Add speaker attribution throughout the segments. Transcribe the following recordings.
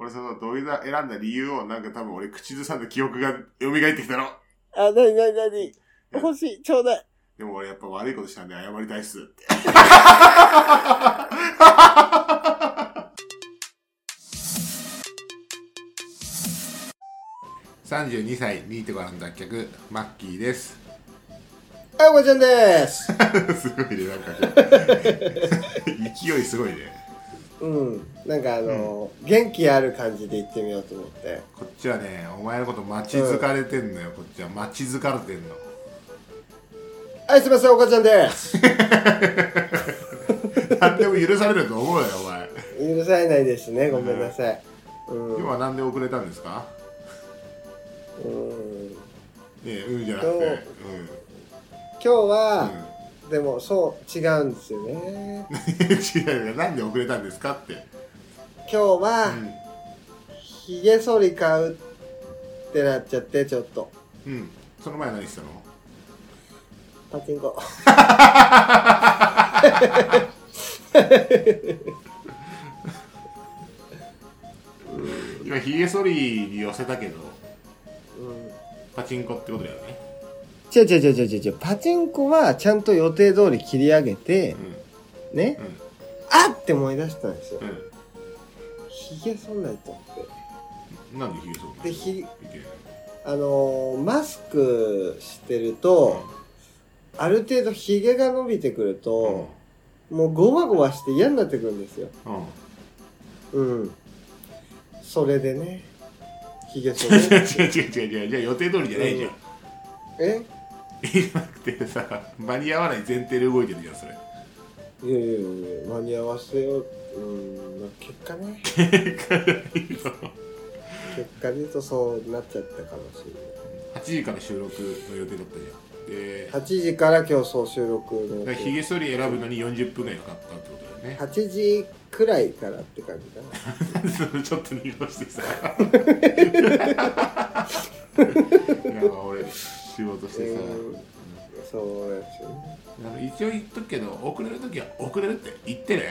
Speaker 1: 俺その土井が選んだ理由をなんか多分俺口ずさんだ記憶が蘇ってきたの。
Speaker 2: あ、なになになに欲しい、ちょうだい。
Speaker 1: でも俺やっぱ悪いことしたんで謝りたいっ す。32歳ニートからの脱却マッキーです
Speaker 2: あ、おばちゃんです。
Speaker 1: すごいねなんかね勢いすごいね
Speaker 2: うん。なんかあの、元気ある感じで行ってみようと思って。
Speaker 1: こっちはねお前のこと待ちづかれてんのよ、こっちは待ちづかれてん の
Speaker 2: はい、すいません、おばちゃんです。
Speaker 1: 何でも許されると思うよお前
Speaker 2: 許されないですね、ごめんなさい。うん。
Speaker 1: 今日は何で遅れたんですか
Speaker 2: うん
Speaker 1: ねえうんじゃなくて
Speaker 2: 今日今日
Speaker 1: うん、
Speaker 2: は、でもそう違うんですよね
Speaker 1: うん、 違うよなんで遅れたんですかって、
Speaker 2: 今日は、ひげ剃り買うってなっちゃってちょっと
Speaker 1: うん、うん、その前何したの
Speaker 2: パチンコ
Speaker 1: 今ひげ剃りに寄せたけど
Speaker 2: うん
Speaker 1: パチンコってことだよね
Speaker 2: 違う違う違う違う違うパチンコはちゃんと予定通り切り上げて
Speaker 1: う
Speaker 2: ね
Speaker 1: ん
Speaker 2: あって思い出したんですよ
Speaker 1: うん
Speaker 2: ひげ剃んないと思って
Speaker 1: うんなんでひげ剃るの
Speaker 2: でひ
Speaker 1: いけない
Speaker 2: あのーマスクしてるとある程度ひげが伸びてくると、もうゴワゴワして嫌になってくるんですよ
Speaker 1: うんうん
Speaker 2: うん。それでね。ひげ
Speaker 1: 違う違う違う
Speaker 2: 剃る。
Speaker 1: 違う違うじゃあ予定通りじゃないじゃん、
Speaker 2: え
Speaker 1: じゃなくてさ間に合わない前提で動いてるじゃんそれ
Speaker 2: いやいやいや、間に合わせよう。うん、まあ結果ね。結果で言うとそうなっちゃったかもしれ
Speaker 1: 8時から収録の予定だったじゃんで
Speaker 2: ない。8時から今日総収録の予
Speaker 1: だからひ
Speaker 2: 定。
Speaker 1: げ剃り選ぶのに40分ぐらいかかったってことだよね
Speaker 2: 8時くらいからって感じかな。
Speaker 1: ちょっと濁して さなんか俺仕事してさ、
Speaker 2: うんそうなんですよね。
Speaker 1: あの一応言っとくけど遅れる時は遅れるって言ってね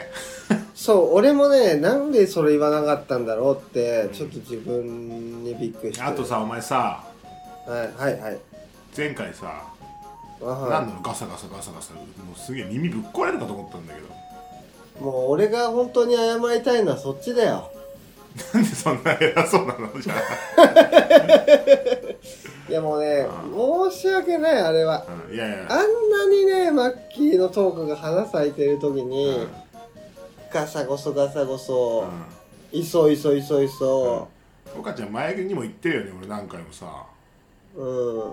Speaker 2: そう、俺もね、なんでそれ言わなかったんだろうって、ちょっと自分にびっくりして。
Speaker 1: あと。さお前さ
Speaker 2: はい、はい、はい。
Speaker 1: 前回さ、
Speaker 2: あはい
Speaker 1: なんなのガサガサガサガサもうすげえ耳ぶっ壊れるかと思ったんだけど
Speaker 2: もう俺が本当に謝りたいのはそっちだよ。
Speaker 1: なんでそんな偉そうなのじゃ
Speaker 2: いやもうね
Speaker 1: あ、
Speaker 2: 申し訳ない、あれは。
Speaker 1: あ、うんいやい
Speaker 2: あん
Speaker 1: や
Speaker 2: なにね、マッキーのトークが花咲いてる時
Speaker 1: う
Speaker 2: に
Speaker 1: ん、
Speaker 2: ガサゴソガサゴ
Speaker 1: う
Speaker 2: ソ、
Speaker 1: ん
Speaker 2: いそいそいそいそ、
Speaker 1: 岡ちゃん前にも言ってるよね俺何回もさ
Speaker 2: うん、
Speaker 1: なん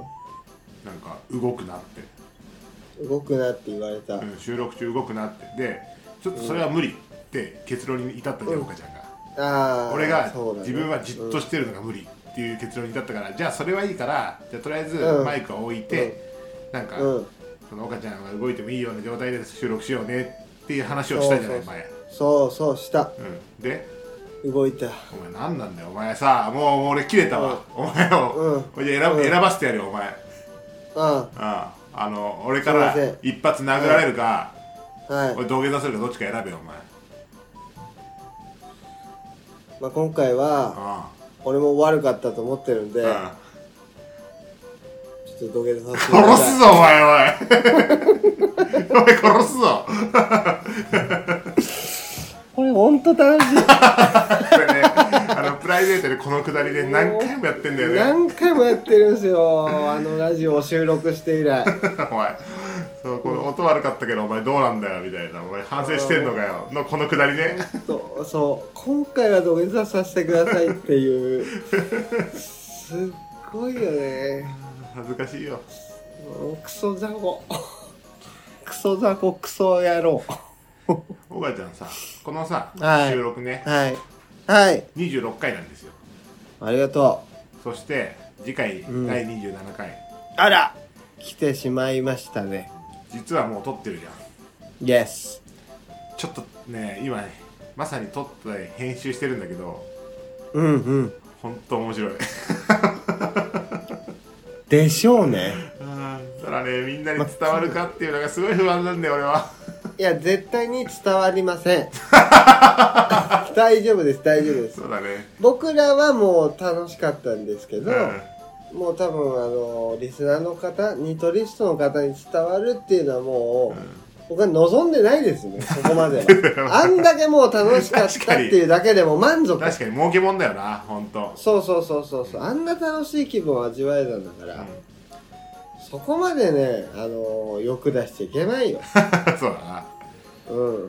Speaker 1: か動くなって、
Speaker 2: 動くなって言われた。
Speaker 1: うん、収録中動くなってでちょっとそれは無理って結論に至ったじゃん岡ちゃんが
Speaker 2: ああ、
Speaker 1: 俺が
Speaker 2: そうだね
Speaker 1: 自分はじっとしてるのが無理っていう結論に至ったからじゃあそれはいいからじゃあとりあえず
Speaker 2: うん
Speaker 1: マイクを置いてなんか
Speaker 2: うん、うん
Speaker 1: その岡ちゃんが動いてもいいような状態で収録しようねっていう話をしたじゃない
Speaker 2: そう
Speaker 1: 前
Speaker 2: そうそう、した。
Speaker 1: うんで
Speaker 2: 動いた。
Speaker 1: お前何なんだよお前さもうもう俺切れたわ、お前
Speaker 2: うん
Speaker 1: を、これで選,、
Speaker 2: うん
Speaker 1: 選ばせてやるよお前、うん、
Speaker 2: あ
Speaker 1: あの俺か
Speaker 2: すいま
Speaker 1: ら
Speaker 2: せ
Speaker 1: 一発殴られるか、
Speaker 2: あ、は
Speaker 1: 俺土下座するかどっちか選べよお前
Speaker 2: い。まあ今回は、
Speaker 1: あ
Speaker 2: 俺も悪かったと思ってるんで、
Speaker 1: あ、
Speaker 2: ちょっと土下座させて
Speaker 1: うん、
Speaker 2: だ
Speaker 1: 殺
Speaker 2: さい
Speaker 1: すぞお前おい お前殺すぞ
Speaker 2: これほんと楽しい。
Speaker 1: これねあのプライベートでこのくだりで何回もやってんだよね
Speaker 2: 何回もやってるんですよあのラジオを収録して以来
Speaker 1: お前そうこれ音悪かったけどお前どうなんだよみたいなお前反省してんのかよのこのくだりね
Speaker 2: そうそう今回は土下座させてくださいっていうすっごいよね
Speaker 1: 恥ずかしいよ
Speaker 2: もうクソ雑魚クソ雑魚クソ野郎
Speaker 1: 岡ちゃんさこのさ、
Speaker 2: はい
Speaker 1: 収録ね
Speaker 2: はいはい
Speaker 1: 26回なんですよ
Speaker 2: ありがと
Speaker 1: そして次回
Speaker 2: うん
Speaker 1: 第27回、
Speaker 2: うあら来てしまいましたね
Speaker 1: 実はもう撮ってるじゃん
Speaker 2: イエス
Speaker 1: ちょっとね今ねまさに撮って編集してるんだけど
Speaker 2: うんうん
Speaker 1: ほんと面白い
Speaker 2: でしょうね
Speaker 1: ただねみんなに伝わるかっていうのがすごい不安なんだよ俺は
Speaker 2: いや絶対に伝わりません大丈夫です大丈夫です
Speaker 1: そうだね
Speaker 2: 僕らはもう楽しかったんですけ
Speaker 1: う
Speaker 2: ど、
Speaker 1: ん
Speaker 2: もう多分あのリスナーの方ニトリストの方に伝わるっていうのはもう、僕は望んでないですねここまで はあんだけもう楽しかったっていうだけでも満足
Speaker 1: 確かに儲けもんだよなほんと
Speaker 2: そうそうそうそうそうあんな楽しい気分を味わえたんだから、そこまでねあの欲出しちゃいけない よ
Speaker 1: そうだな
Speaker 2: うん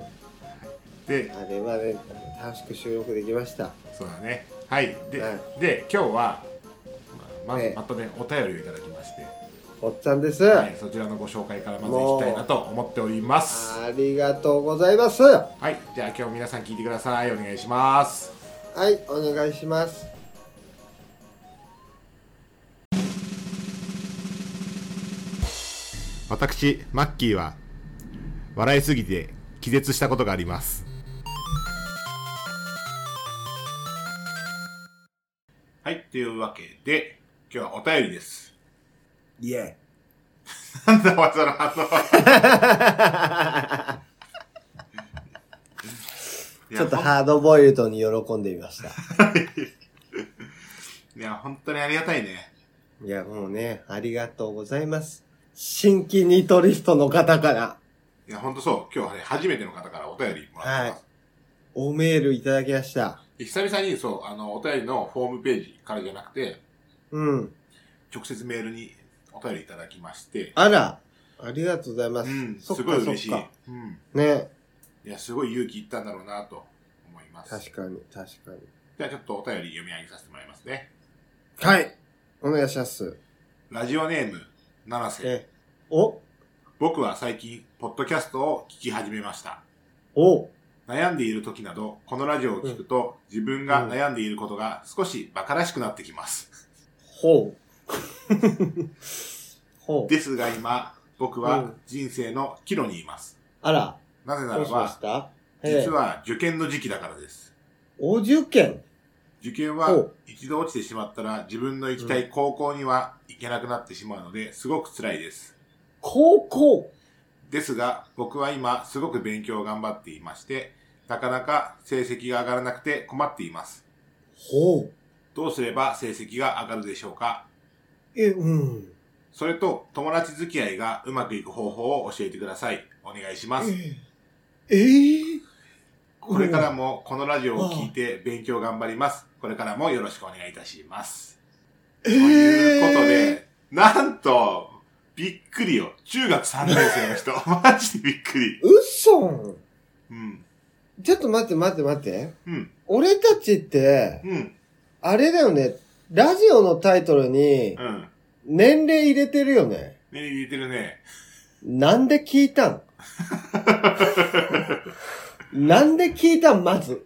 Speaker 1: で
Speaker 2: あれはね楽しく収録できました
Speaker 1: そうだねはいで,、
Speaker 2: は
Speaker 1: で今日はまあま
Speaker 2: ええ
Speaker 1: またねお便りをいただきまして、
Speaker 2: おっちゃんです、
Speaker 1: はい、そちらのご紹介からまずいきたいなと思っております
Speaker 2: ありがとうございますは
Speaker 1: はいじゃあ今日皆さん聞いてくださいお願いします
Speaker 2: いお願いします
Speaker 1: 私マッキーは笑いすぎて気絶したことがありますはいというわけで今日はお便りです
Speaker 2: イエ
Speaker 1: なんだお前そ の反応いや
Speaker 2: ちょっとハードボイルドに喜んでみました
Speaker 1: いや本当にありがたいね
Speaker 2: いやもうねありがとうございます新規ニトリストの方から
Speaker 1: いや本当そう今日はね初めての方からお便りもらってます、
Speaker 2: おメールいただきました
Speaker 1: で久々にそうあのお便りのホームページからじゃなくて
Speaker 2: うん
Speaker 1: 直接メールにお便りいただきまして
Speaker 2: あらありがとうございます、
Speaker 1: うん
Speaker 2: そっ
Speaker 1: す
Speaker 2: か
Speaker 1: ごい嬉しい
Speaker 2: そっか
Speaker 1: うん
Speaker 2: ね
Speaker 1: いや、すごい勇気いったんだろうなと思います。
Speaker 2: 確かに確かに
Speaker 1: じゃあちょっとお便り読み上げさせてもらいますね。
Speaker 2: はいお願いします
Speaker 1: ラジオネーム、七瀬。
Speaker 2: えお
Speaker 1: 僕は最近、ポッドキャストを聞き始めました。
Speaker 2: お
Speaker 1: 悩んでいる時など、このラジオを聞くと、自分が悩んでいることが少し馬鹿らしくなってきます。
Speaker 2: ほう ほう
Speaker 1: ですが今、僕
Speaker 2: う
Speaker 1: は
Speaker 2: ん
Speaker 1: 人生の岐路にいます。
Speaker 2: あら
Speaker 1: なぜな
Speaker 2: ど
Speaker 1: ら
Speaker 2: うしまし
Speaker 1: ば、
Speaker 2: たええ
Speaker 1: 実は受験の時期だからです。
Speaker 2: お受験
Speaker 1: 受験
Speaker 2: ほ
Speaker 1: は
Speaker 2: う
Speaker 1: 一度落ちてしまったら自分の行きたい高校には行けなくなってしまうので、すごく辛いです。
Speaker 2: 高校
Speaker 1: ですが、僕は今すごく勉強を頑張っていまして、なかなか成績が上がらなくて困っています。
Speaker 2: ほう
Speaker 1: どうすれば成績が上がるでしょうか
Speaker 2: えうん
Speaker 1: それと、友達付き合いがうまくいく方法を教えてください。お願いします。
Speaker 2: ええ
Speaker 1: これからもこのラジオを聞いて勉強頑張ります。これからもよろしくお願いいたします。
Speaker 2: と
Speaker 1: ということで、なんと、びっくりよ。中学3年生 の人。マジでびっくり。
Speaker 2: 嘘
Speaker 1: うん。
Speaker 2: ちょっと待って待って待って。
Speaker 1: うん。
Speaker 2: 俺たちって、
Speaker 1: うん。
Speaker 2: あれだよね、ラジオのタイトルに
Speaker 1: うん。
Speaker 2: 年齢入れてるよね。
Speaker 1: ね、言えてるね。
Speaker 2: なんで聞いた んなんで聞いたんまず。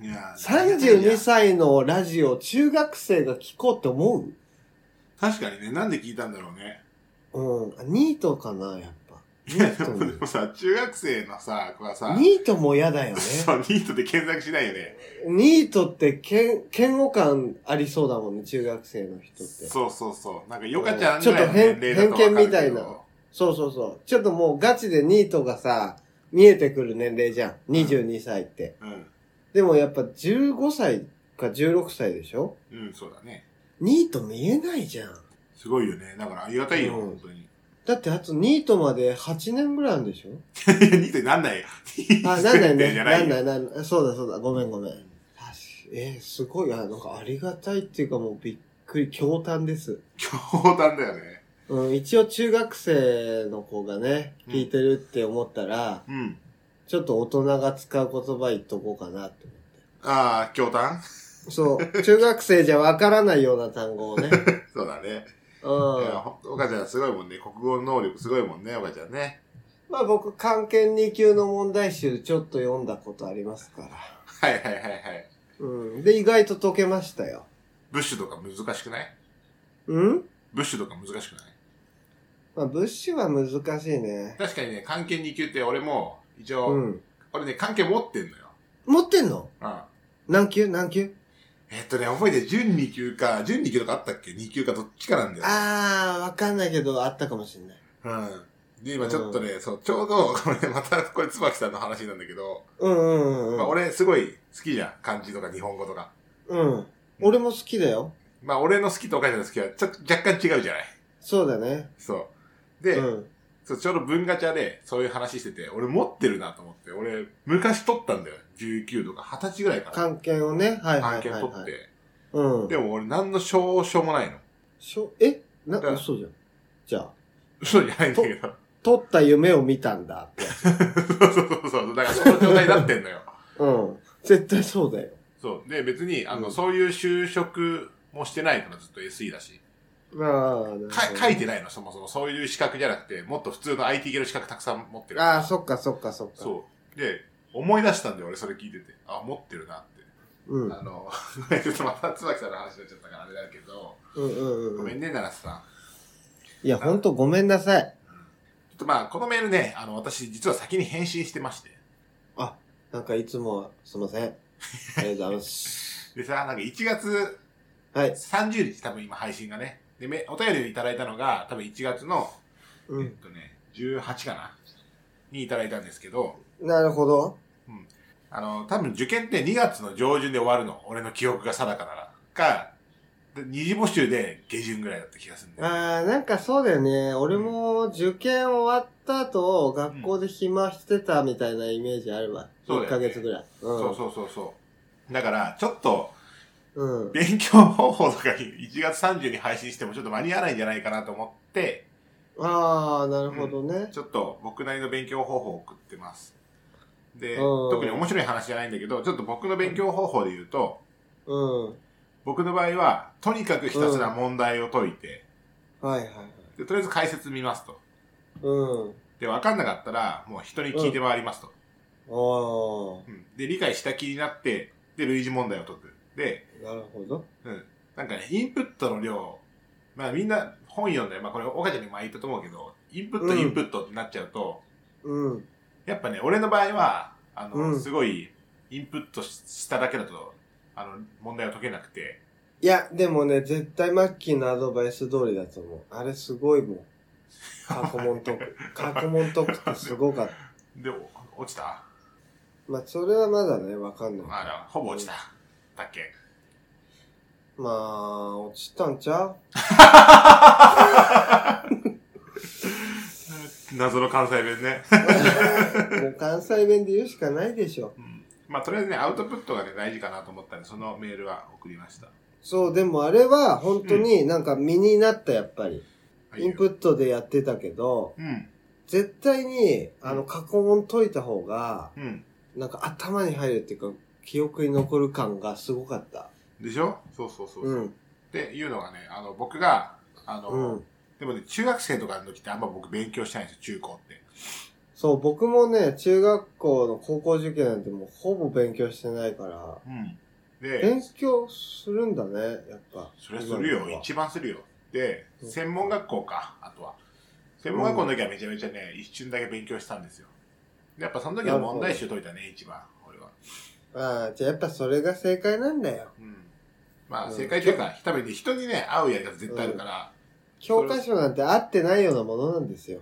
Speaker 1: いやー
Speaker 2: 32歳のラジオ、中学生が聞こうって思
Speaker 1: 確かにね、なんで聞いたんだろうね。
Speaker 2: ううん。ニートかな、やっぱ。ニ
Speaker 1: で
Speaker 2: ート
Speaker 1: も で
Speaker 2: も
Speaker 1: もさ、中学生のさ、子はさ、
Speaker 2: ニートも嫌だよね。
Speaker 1: そう、ニートで検索しないよね。
Speaker 2: ニートってけん嫌悪感ありそうだもんね、中学生の人って。
Speaker 1: そうそうそう。なんか、ヨカちゃんぐらいの
Speaker 2: ちょっと
Speaker 1: 年齢だとわかるけど
Speaker 2: 偏見みたいなそうそうそう。ちょっともうガチでニートがさ、見えてくる年齢じゃん。22歳って。
Speaker 1: うん。
Speaker 2: でもやっぱ15歳か16歳でしょ
Speaker 1: うん、そうだね。
Speaker 2: ニート見えないじゃん。
Speaker 1: すごいよね。だから、ありがたいよ、
Speaker 2: うん
Speaker 1: 本当に。い
Speaker 2: だってあとニートまで8年ぐらいあるんでしょ
Speaker 1: やニートになんないよ。
Speaker 2: あ、なんだよ
Speaker 1: ニートに
Speaker 2: ね。
Speaker 1: じ
Speaker 2: な
Speaker 1: ゃ
Speaker 2: ん
Speaker 1: な
Speaker 2: だ
Speaker 1: いよ
Speaker 2: よなんだよ。そうだそうだ。ごめんごめん。確かえーすごい。あ、なんかありがたいっていうかもうびっくり、驚嘆です。
Speaker 1: 教団だよね。
Speaker 2: うん、一応中学生の子がね、
Speaker 1: うん
Speaker 2: 聞いてるって思ったら、
Speaker 1: うん。
Speaker 2: ちょっと大人が使う言葉言っとこうかなって思っ
Speaker 1: ああ、教団
Speaker 2: て。そう、中学生じゃわからないような単語をね。
Speaker 1: そうだね。
Speaker 2: う
Speaker 1: い
Speaker 2: ん
Speaker 1: や、。ほんと、岡ちゃんすごいもんね。国語能力すごいもんね、岡ちゃんね。
Speaker 2: まあ僕、漢検2級の問題集ちょっと読んだことありますから。
Speaker 1: はいはいはいはい。
Speaker 2: うん。で、意外と解けましたよ。
Speaker 1: ブッシュとか難しくない
Speaker 2: うん
Speaker 1: ブッシュとか難しくない
Speaker 2: まあ、物資は難しいね。
Speaker 1: 確かにね、関係2級って俺も、一応、
Speaker 2: うん。
Speaker 1: 俺ね、関係持ってんのよ。
Speaker 2: 持ってんの
Speaker 1: うん。
Speaker 2: 何級何級
Speaker 1: えっとね、覚えて、準2級か、準2級とかあったっけ ?2 級かどっちかなんだよ。
Speaker 2: あー、わかんないけど、あったかもしんない。
Speaker 1: うん。で、今ちょっとね、そう、ちょうど、これ、また、これ、椿さんの話なんだけど、
Speaker 2: うんうんうん。
Speaker 1: まあ、俺、すごい好きじゃん。漢字とか日本語とか。
Speaker 2: うん。俺も好きだよ。
Speaker 1: まあ、俺の好きとおかしの好きは、ちょっと若干違うじゃない。
Speaker 2: そうだね。
Speaker 1: そう。で、
Speaker 2: うん。
Speaker 1: そうちょうど文ガチャで、そういう話してて、俺持ってるなと思って、俺、昔取ったんだよ。19とか、20歳ぐらいか
Speaker 2: 関係をね。はい
Speaker 1: な。
Speaker 2: はい
Speaker 1: 判
Speaker 2: はい、
Speaker 1: 件
Speaker 2: はい。
Speaker 1: 取って。
Speaker 2: うん。
Speaker 1: でも俺、何の証書もないの。
Speaker 2: しょ、えな
Speaker 1: だか、ら
Speaker 2: 嘘じゃん。じゃあ、
Speaker 1: 嘘じゃないんだけど。
Speaker 2: 取った夢を見たんだって。
Speaker 1: そうそうそうそう。だから、その状態になってんのよ。
Speaker 2: うん。絶対そうだよ。
Speaker 1: そう。で、別に、あの、
Speaker 2: うん
Speaker 1: そういう就職もしてないから、ずっと SE だし。
Speaker 2: ああ、なるほど
Speaker 1: か書いてないの、そもそも。そういう資格じゃなくて、もっと普通の IT 系の資格たくさん持ってる。
Speaker 2: ああ、そっかそっかそっか。
Speaker 1: そう。で、思い出したんで、俺それ聞いてて。あ、持ってるなって。
Speaker 2: うん。うん
Speaker 1: あの、 ごめんちょっとまた椿さんの話になっちゃったからあれだけど、
Speaker 2: うん
Speaker 1: ご
Speaker 2: うんう
Speaker 1: め
Speaker 2: ん。
Speaker 1: んね、奈良さん。
Speaker 2: いや、ほんとごめんなさい。
Speaker 1: ちょっとまあ、このメールね、あの、私実は先に返信してまして。
Speaker 2: あ、なんかいつもはすいません。ありがとうござい ます。
Speaker 1: でさ、なんか1月
Speaker 2: はい。
Speaker 1: 30日多分今配信がね。で、めお便りをいただいたのが多分1月の、
Speaker 2: う
Speaker 1: えっ
Speaker 2: ん。
Speaker 1: とね、18かなにいただいたんですけど、
Speaker 2: なるほど。
Speaker 1: あの、多分受験って2月の上旬で終わるの。俺の記憶が定かなら。か、で二次募集で下旬ぐらいだった気がするんだよね。
Speaker 2: ああ、なんかそうだよね。俺も受験終わった後、学校で暇してたみたいなイメージあるわ。
Speaker 1: そうだ
Speaker 2: 1
Speaker 1: よ
Speaker 2: ヶ
Speaker 1: ね
Speaker 2: 月ぐらい。うん。
Speaker 1: そうそうそうそう。だから、ちょっと、
Speaker 2: うん。
Speaker 1: 勉強方法とか1月30に配信してもちょっと間に合わないんじゃないかなと思って、
Speaker 2: ああ、なるほどね。
Speaker 1: ちょっと僕なりの勉強方法を送ってます。で、
Speaker 2: うん
Speaker 1: 特に面白い話じゃないんだけど、ちょっと僕の勉強方法で言うと、
Speaker 2: うん。
Speaker 1: 僕の場合は、とにかくひたすら問題を解いて、
Speaker 2: はいはいはい。
Speaker 1: でとりあえず解説見ますと。
Speaker 2: うん。
Speaker 1: で、わかんなかったら、もう人に聞いて回りますと。
Speaker 2: あ
Speaker 1: うんで、理解した気になって、で、類似問題を解く。で、
Speaker 2: あ、なるほど。
Speaker 1: なんかね、インプットの量、まあみんな本読んで、まあこれ、岡ちゃんにも前言ったと思うけど、インプット、
Speaker 2: うん
Speaker 1: インプットってなっちゃうと、
Speaker 2: うん。
Speaker 1: やっぱね、俺の場合は、あの、
Speaker 2: うん
Speaker 1: すごい、インプットししただけだと、あの、問題を解けなくて、
Speaker 2: いや、でもね、絶対マッキーのアドバイス通りだと思う。あれすごいもん。過去問 解く。過去問解くってすごかった。
Speaker 1: で、お落ちた
Speaker 2: まあ、それはまだね、わかんない。
Speaker 1: あら、ほぼ落ちた。だっけ
Speaker 2: まあ、落ちたんちゃう
Speaker 1: 謎の関西弁ね。
Speaker 2: もう関西弁で言うしかないでしょ。
Speaker 1: うんまあ、とりあえずね、アウトプットがね、大事かなと思ったんで、そのメールは送りました。
Speaker 2: そう、でもあれは本当になんか身になった、やっぱり。
Speaker 1: はい
Speaker 2: インプットでやってたけど、
Speaker 1: うん、
Speaker 2: 絶対に、あの、過去問解いた方が、
Speaker 1: うん。
Speaker 2: なんか頭に入るっていうか、記憶に残る感がすごかった。
Speaker 1: でしょそうそうそう。
Speaker 2: うん。
Speaker 1: っていうのがね、あの、僕が、あの、
Speaker 2: うん。
Speaker 1: でもね、中学生とかの時ってあんま僕勉強してないんですよ、中高って。
Speaker 2: そう、僕もね、中学校の高校受験なんてもうほぼ勉強してないから、
Speaker 1: うん。で、
Speaker 2: 勉強するんだね、やっぱ。
Speaker 1: それする
Speaker 2: 今
Speaker 1: よ
Speaker 2: の子、は
Speaker 1: 一番するよ。で、
Speaker 2: うん
Speaker 1: 専門学校か、あとは。専門学校の時はめちゃめちゃね、一瞬だけ勉強したんですよ。でやっぱその時は問題集解いたね、一番、俺は。
Speaker 2: ああ、じゃあやっぱそれが正解なんだよ。
Speaker 1: うん。まあ、
Speaker 2: うん
Speaker 1: 正解というか、多分ね、人にね、合うやり方絶対あるから、
Speaker 2: 教科書なんて合ってないようなものなんですよ。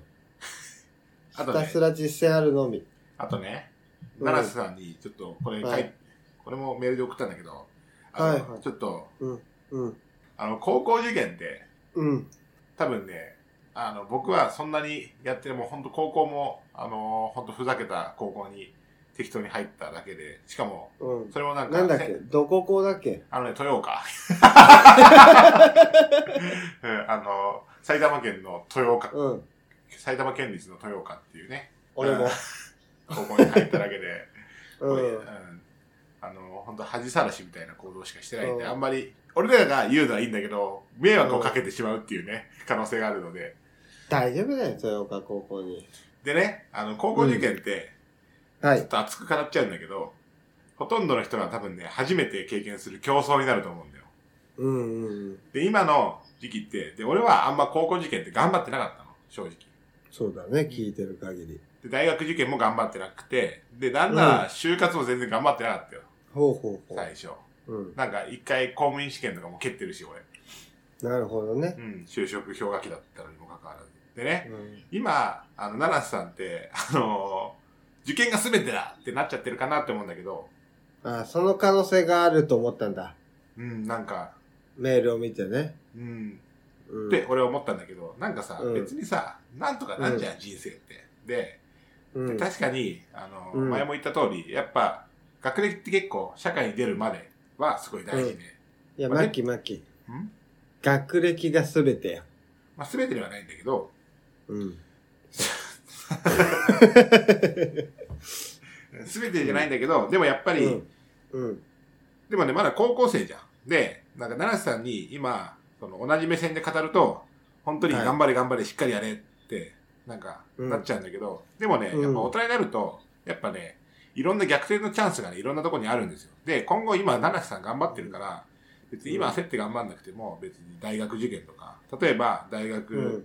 Speaker 1: あ
Speaker 2: ひ
Speaker 1: と
Speaker 2: た
Speaker 1: ね
Speaker 2: す、ら実践あるのみ。
Speaker 1: あとね、
Speaker 2: うん
Speaker 1: 奈良瀬さんに、ちょっと、これ、
Speaker 2: は
Speaker 1: 書
Speaker 2: い
Speaker 1: いこれもメールで送ったんだけど、あの
Speaker 2: はいはい
Speaker 1: ちょっと、
Speaker 2: うん。
Speaker 1: あの、高校受験って、
Speaker 2: うん。
Speaker 1: 多分ね、あの、僕はそんなにやって、もう本当高校も、あのー、本当ふざけた高校に適当に入っただけで、しかも、
Speaker 2: うん。
Speaker 1: それもなんか、
Speaker 2: なんだっ
Speaker 1: せ
Speaker 2: けどこ校だっけ
Speaker 1: あのね、豊岡。うん、あのー、埼玉県の豊岡、
Speaker 2: うん。
Speaker 1: 埼玉県立の豊岡っていうね、
Speaker 2: 俺 も。
Speaker 1: 高校に入っただけで、
Speaker 2: う
Speaker 1: うんん。あのー、本当恥さらしみたいな行動しかしてないんで、
Speaker 2: うん
Speaker 1: あんまり、俺らが言うのはいいんだけど、迷惑をかけてしまうっていうね、可能性があるので、
Speaker 2: 大丈夫だよ、豊岡高校に。
Speaker 1: でね、あの、高校受験って、
Speaker 2: は
Speaker 1: ちょっ。と熱く語っちゃうんだけど、ほとんどの人が多分ね、初めて経験する競争になると思うんだよ。
Speaker 2: うんうんうん。
Speaker 1: で、今の時期って、で、俺はあんま高校受験って頑張ってなかったの、正直。
Speaker 2: そうだね、聞いてる限り。
Speaker 1: で、大学受験も頑張ってなくて、で、なんなら就活も全然頑張ってなかったよ、
Speaker 2: ほうほうほ
Speaker 1: 最初。
Speaker 2: う。うん。
Speaker 1: なんか、一回公務員試験とかも蹴ってるし、俺。
Speaker 2: なるほどね。
Speaker 1: うん、就職氷河期だったのにもかかわらず。でね、
Speaker 2: うん
Speaker 1: 今、あの、七瀬さんって、あの受験が全てだってなっちゃってるかなって思うんだけど、
Speaker 2: あその可能性があると思ったんだ。
Speaker 1: うん、なんか、
Speaker 2: メールを見てね。
Speaker 1: うん、
Speaker 2: うん、
Speaker 1: って俺思ったんだけど、なんかさ、
Speaker 2: うん
Speaker 1: 別にさ、なんとかなんじゃん、人生って。で、
Speaker 2: うん、
Speaker 1: 確かに、あの、
Speaker 2: うん
Speaker 1: 前も言った通り、やっぱ、学歴って結構、社会に出るまではすごい大事で、
Speaker 2: いや、
Speaker 1: まあ
Speaker 2: マ
Speaker 1: ね
Speaker 2: ッキーマッキー。
Speaker 1: うん
Speaker 2: 学歴が全てよ。
Speaker 1: まあ、全てではないんだけど、
Speaker 2: うん。
Speaker 1: 全てじゃないんだけど、でもやっぱり、
Speaker 2: うん。うん。
Speaker 1: でもね、まだ高校生じゃん。で、なんか、奈良瀬さんに今、その同じ目線で語ると、本当に
Speaker 2: はい
Speaker 1: 頑張れ頑張れ、しっかりやれって、なんか、
Speaker 2: うん
Speaker 1: なっちゃうんだけど、でもね、
Speaker 2: うん
Speaker 1: やっぱ大人になると、やっぱね、いろんな逆転のチャンスがね、いろんなとこにあるんですよ。で、今後今、奈良瀬さん頑張ってるから、別に今焦って頑張んなくても、別に大学受験とか、例えば大
Speaker 2: う
Speaker 1: 学
Speaker 2: ん。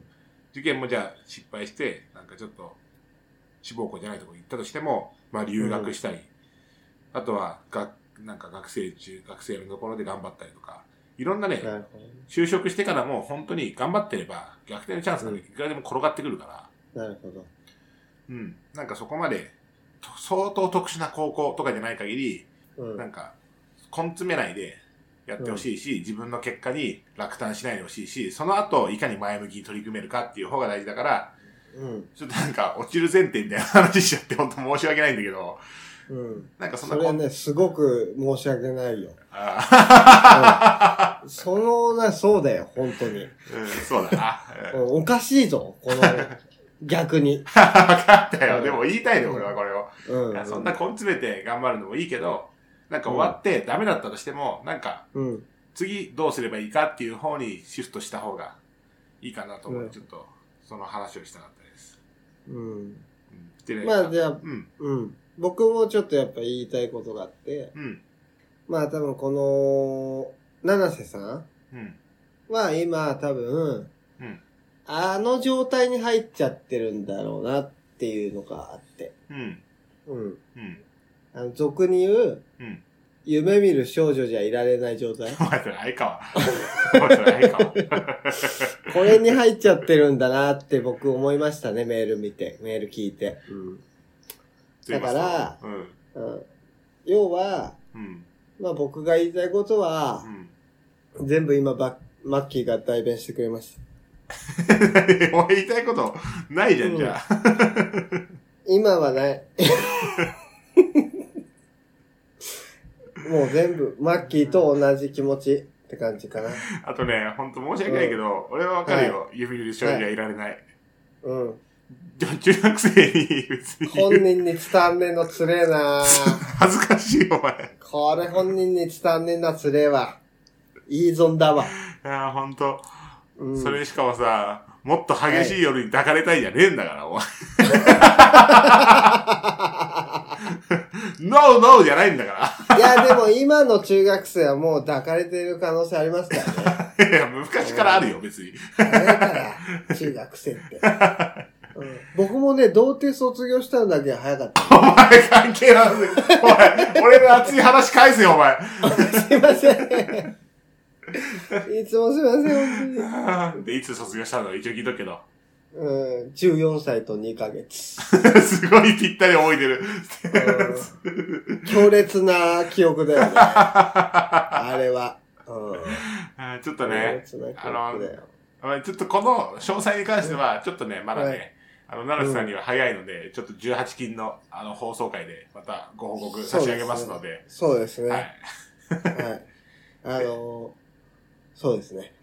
Speaker 1: 受験もじゃあ失敗して、なんかちょっと、志望校じゃないとこ行ったとしても、まあ留学したり、あとは、が、なんか学生中、学生のところで頑張ったりとか、いろんなね、
Speaker 2: なるほ
Speaker 1: 就職してからも本当に頑張ってれば、逆転のチャンスがねいくらでも転がってくるから、
Speaker 2: ど。なるほど。
Speaker 1: うん、なんかそこまで、と相当特殊な高校とかじゃない限り、
Speaker 2: うん。
Speaker 1: なんか、根詰めないでやってほしいし、自分の結果に落胆しないでほしいし、その後、いかに前向きに取り組めるかっていう方が大事だから、
Speaker 2: うん。
Speaker 1: ちょっとなんか、落ちる前提みたいな話しちゃって、本当申し訳ないんだけど、
Speaker 2: うん。
Speaker 1: なんかそん
Speaker 2: そ
Speaker 1: な
Speaker 2: れ
Speaker 1: こん
Speaker 2: ね、すごく申し訳ないよ。
Speaker 1: あー
Speaker 2: うんそのな、そうだよ、本当に。
Speaker 1: うん、そうだな。
Speaker 2: うんおかしいぞ、この、逆に。
Speaker 1: 分かった
Speaker 2: う
Speaker 1: よ。
Speaker 2: ん
Speaker 1: でも言いたいよ、俺はこれを。
Speaker 2: う
Speaker 1: いや
Speaker 2: ん。
Speaker 1: そんな根詰めて頑張るのもいいけど、なんか終わってダメだったとしても、なんか
Speaker 2: うん。
Speaker 1: 次どうすればいいかっていう方にシフトした方がいいかなと思う。
Speaker 2: うん
Speaker 1: ちょっと、その話をしたかったです。
Speaker 2: うん。
Speaker 1: うん、でね
Speaker 2: まあ、じゃあ、
Speaker 1: うん、
Speaker 2: うん。僕もちょっとやっぱ言いたいことがあって、
Speaker 1: うん、
Speaker 2: まあ多分この、七瀬さん
Speaker 1: うん、
Speaker 2: は今多分、
Speaker 1: うん
Speaker 2: あの状態に入っちゃってるんだろうなっていうのがあって。
Speaker 1: うん、
Speaker 2: うん。
Speaker 1: うん、
Speaker 2: あの、俗に言う、
Speaker 1: うん。
Speaker 2: 夢見る少女じゃいられない状態。
Speaker 1: お前それ相川。 お前それ相川。
Speaker 2: これに入っちゃってるんだなって僕思いましたね、メール見て、メール聞いて。だから
Speaker 1: と言います
Speaker 2: うん。うん、要は、
Speaker 1: と、うん、
Speaker 2: まあ僕が言いたいことは
Speaker 1: う、ん、
Speaker 2: 全部今バマッキーが代弁してくれました。
Speaker 1: うん。 お前言いたいことないじゃん、じゃあ。
Speaker 2: 今はない。もう全部、マッキーと同じ気持ちって感じかな。
Speaker 1: あとね、ほんと申し訳ないけど、俺はわかるよ。指見る少女はいられない。
Speaker 2: うん。
Speaker 1: でも中学生に別に言
Speaker 2: 本
Speaker 1: う
Speaker 2: 人に伝わんねえのつれえな
Speaker 1: 恥ずかしいよお前。
Speaker 2: これ本人に伝わんねえなつれえわ。いい存だわ。
Speaker 1: ああ、ほんと。
Speaker 2: うん。
Speaker 1: それしかもさ、もっと激しい夜に抱かれたいじゃねえんだから、お前。 ノーノーじゃないんだか
Speaker 2: いや、でも今の中学生はもう抱かれている可能性ありますからね。
Speaker 1: ら。いや、昔からあるよ、別に。
Speaker 2: あれだから、中学生って。うん、僕もね、童貞卒業したのだけは早かった。
Speaker 1: お前関係ない。お前、俺の熱い話返せよ、お前。
Speaker 2: すいません。いつもすいません、本
Speaker 1: で、いつ卒業したの一応聞いとくけど。
Speaker 2: 当に。うん、14歳と2ヶ月。
Speaker 1: すごいぴったり覚えてる。
Speaker 2: うん強烈な記憶だよね。あれは。うん、
Speaker 1: あーちょっ
Speaker 2: 強
Speaker 1: とね、
Speaker 2: 烈な記憶だよ。
Speaker 1: まあちょっとこの詳細に関しては、ちょっとね、まだ
Speaker 2: は
Speaker 1: ね、あの、奈良瀬さんには早いので、ちょっと18金のあの放送回で、またご報告差し上げますので、
Speaker 2: そうですね。
Speaker 1: は
Speaker 2: はい。
Speaker 1: い。
Speaker 2: あのー、そうですね。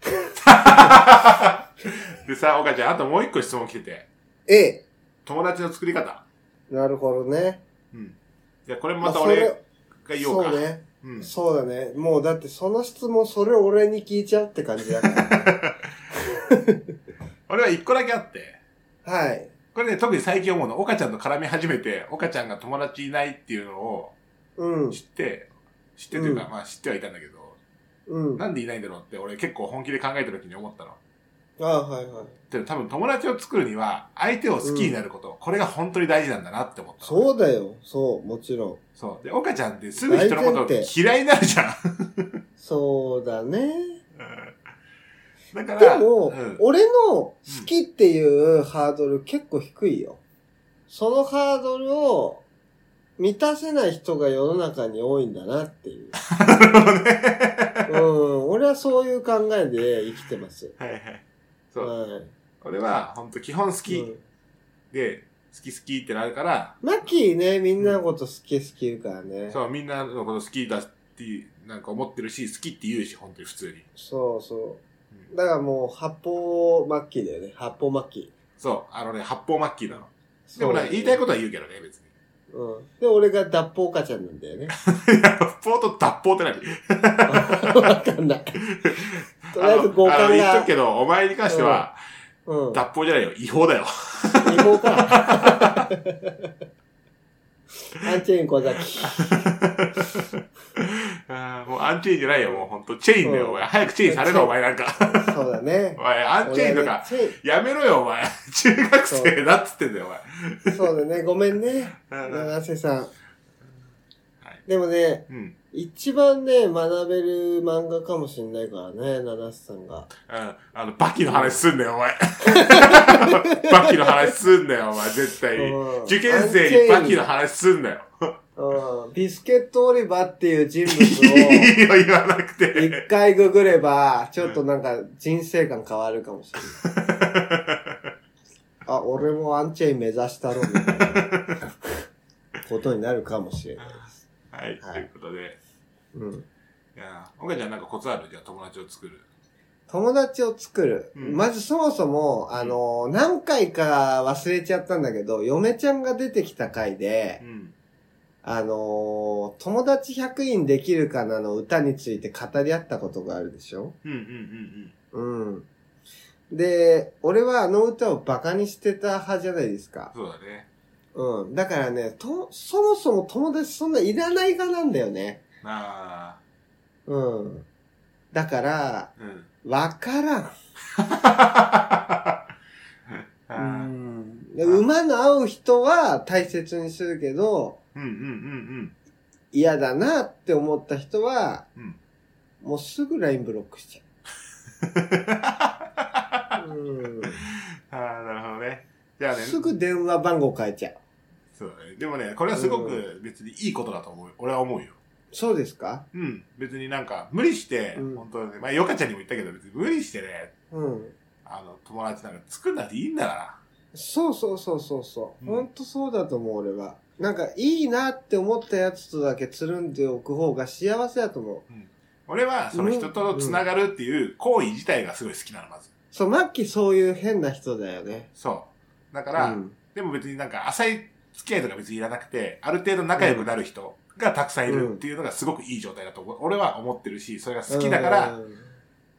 Speaker 1: でさ、岡ちゃん、あともう一個質問来てて、
Speaker 2: え
Speaker 1: 友達の作り方。
Speaker 2: え、なるほどね。
Speaker 1: うん。じゃあこれまた俺が言おうか。
Speaker 2: そうね。
Speaker 1: うん。
Speaker 2: そうだね。もうだってその質問それ俺に聞いちゃうって感じだ から。
Speaker 1: 俺は一個だけあって、
Speaker 2: はい。
Speaker 1: これね、特に最近思うの、岡ちゃんと絡み始めて、岡ちゃんが友達いないっていうのを
Speaker 2: うん。
Speaker 1: 知って、知ってというか、
Speaker 2: うん
Speaker 1: まあ知ってはいたんだけど、
Speaker 2: うん。あ
Speaker 1: なんでいないんだろうって俺結構本気で考えた時に思ったの。
Speaker 2: はいはい。
Speaker 1: でも多分友達を作るには相手を好きになること、これが本当に大事なんだなって思った。
Speaker 2: そうだよ。そう、もちろん。
Speaker 1: そう。で、岡ちゃんってすぐ人のこと
Speaker 2: 大前提
Speaker 1: 嫌いになるじゃん。
Speaker 2: そうだね。
Speaker 1: だか
Speaker 2: で
Speaker 1: ら、
Speaker 2: も、
Speaker 1: うん
Speaker 2: 俺の好きっていうハードル結構低いよ。そのハードルを満たせない人が世の中に多いんだなっていう。 うん、俺はそういう考えで生きてます。
Speaker 1: はいはい。そう。
Speaker 2: はい。
Speaker 1: 俺は、ほんと基本好
Speaker 2: う
Speaker 1: き
Speaker 2: ん
Speaker 1: で、好き好きってなるから、
Speaker 2: マッキーね、みんなのこと好き好き言うからね。
Speaker 1: そう、みんなのこと好きだっていう、なんか思ってるし、好きって言うし、本当に普通に。
Speaker 2: そうそうう。
Speaker 1: ん
Speaker 2: だからもう、八方マッキーだよね。八方マッキー。
Speaker 1: そう、あのね、八方マッキーなの。で
Speaker 2: そう
Speaker 1: もね、言いたいことは言うけどね、別に。
Speaker 2: うん。で、俺が脱法かちゃんなんだよね。
Speaker 1: いや八方と脱法って何
Speaker 2: わかんない。とりあえず合
Speaker 1: あのあの
Speaker 2: 感
Speaker 1: 言っとく
Speaker 2: が。
Speaker 1: けど、お前に関しては、
Speaker 2: うん。
Speaker 1: 脱法じゃないよ、違法だよ。
Speaker 2: 違法か。アンチェイン小崎。
Speaker 1: あー もうアンチェインじゃないよ、もうほんと。チェイン
Speaker 2: う
Speaker 1: だよ、
Speaker 2: ん
Speaker 1: お前。早くチェインされ
Speaker 2: チェイ
Speaker 1: ろ、
Speaker 2: ン
Speaker 1: お前なんか。
Speaker 2: そうだね
Speaker 1: お。前、アンチェインとか、
Speaker 2: 俺ね
Speaker 1: やめろよ、お前。中学生だっつってんだよ、
Speaker 2: チェインそうだね。ごめんね。
Speaker 1: お前。うん
Speaker 2: 長瀬さん
Speaker 1: い。
Speaker 2: でもね、
Speaker 1: うん。うん。
Speaker 2: 一番ね、学べる漫画かもしんないからね、七瀬さんが。
Speaker 1: あの、バキの話すんだよ、お前。バキの話すんだよ、お前、絶対に
Speaker 2: うん。
Speaker 1: 受験生にバキの話すんなよ。
Speaker 2: うん。ビスケットオリバーっていう人 物を、
Speaker 1: いい よ、言わなくて。
Speaker 2: 一回ググれば、ちょっとなんか人生観変わるかもしれない。 あ、俺もアンチェイン目指したろ、みたいなことになるかもしれないです。
Speaker 1: はい、
Speaker 2: はい
Speaker 1: ということで。
Speaker 2: うん。
Speaker 1: いやー、岡ちゃんなんかコツあるじゃあ友達を作る。
Speaker 2: 友達を作る。
Speaker 1: うん
Speaker 2: まずそもそも、あの、何回か忘れちゃったんだけど、嫁ちゃんが出てきた回で
Speaker 1: う、ん。
Speaker 2: あの、友達100人できるかなの歌について語り合ったことがあるでしょ
Speaker 1: うんうんうん
Speaker 2: うん。で、俺はあの歌をバカにしてた派じゃないですか
Speaker 1: うん。。そうだね。
Speaker 2: うん。だからね、と、そもそも友達そんないらないがなんだよね。
Speaker 1: なあ、
Speaker 2: うん。だから、
Speaker 1: うん。
Speaker 2: わからん。
Speaker 1: あ
Speaker 2: う
Speaker 1: ー
Speaker 2: ん。で馬の合う人は大切にするけど、
Speaker 1: うんうん うん
Speaker 2: 嫌だなって思った人は、
Speaker 1: うん。うん。
Speaker 2: もうすぐラインブロックしちゃう。うん。
Speaker 1: ああ、なるほどね。じゃあね、
Speaker 2: すぐ電話番号変えちゃう。
Speaker 1: そうだね。でもね、これはすご
Speaker 2: う
Speaker 1: く別にいいことだと思うよ。俺は思うよ。
Speaker 2: そうですか
Speaker 1: うん。別になんか、無理して、
Speaker 2: うん
Speaker 1: 本当にね、まあ、ヨカちゃんにも言ったけど、別に無理してね、
Speaker 2: うん。
Speaker 1: あの、友達なんか作んなくていいんだから。
Speaker 2: そうそうそうそうそう。
Speaker 1: うん
Speaker 2: ほんとそうだと思う、俺は。なんか、いいなって思ったやつとだけつるんでおく方が幸せだと思う。
Speaker 1: 俺は、その人と繋がるっていう行為自体がすごい好きなの、まず。
Speaker 2: そう、マッキーそういう変な人だよね。
Speaker 1: そう。だか、
Speaker 2: からうん、
Speaker 1: でも別になんか浅い付き合いとか別にいらなくて、ある程度仲良くなる人がたくさんいるっていうのがすごくいい状態だと思う。俺は思ってるし、それが好きだから、
Speaker 2: うん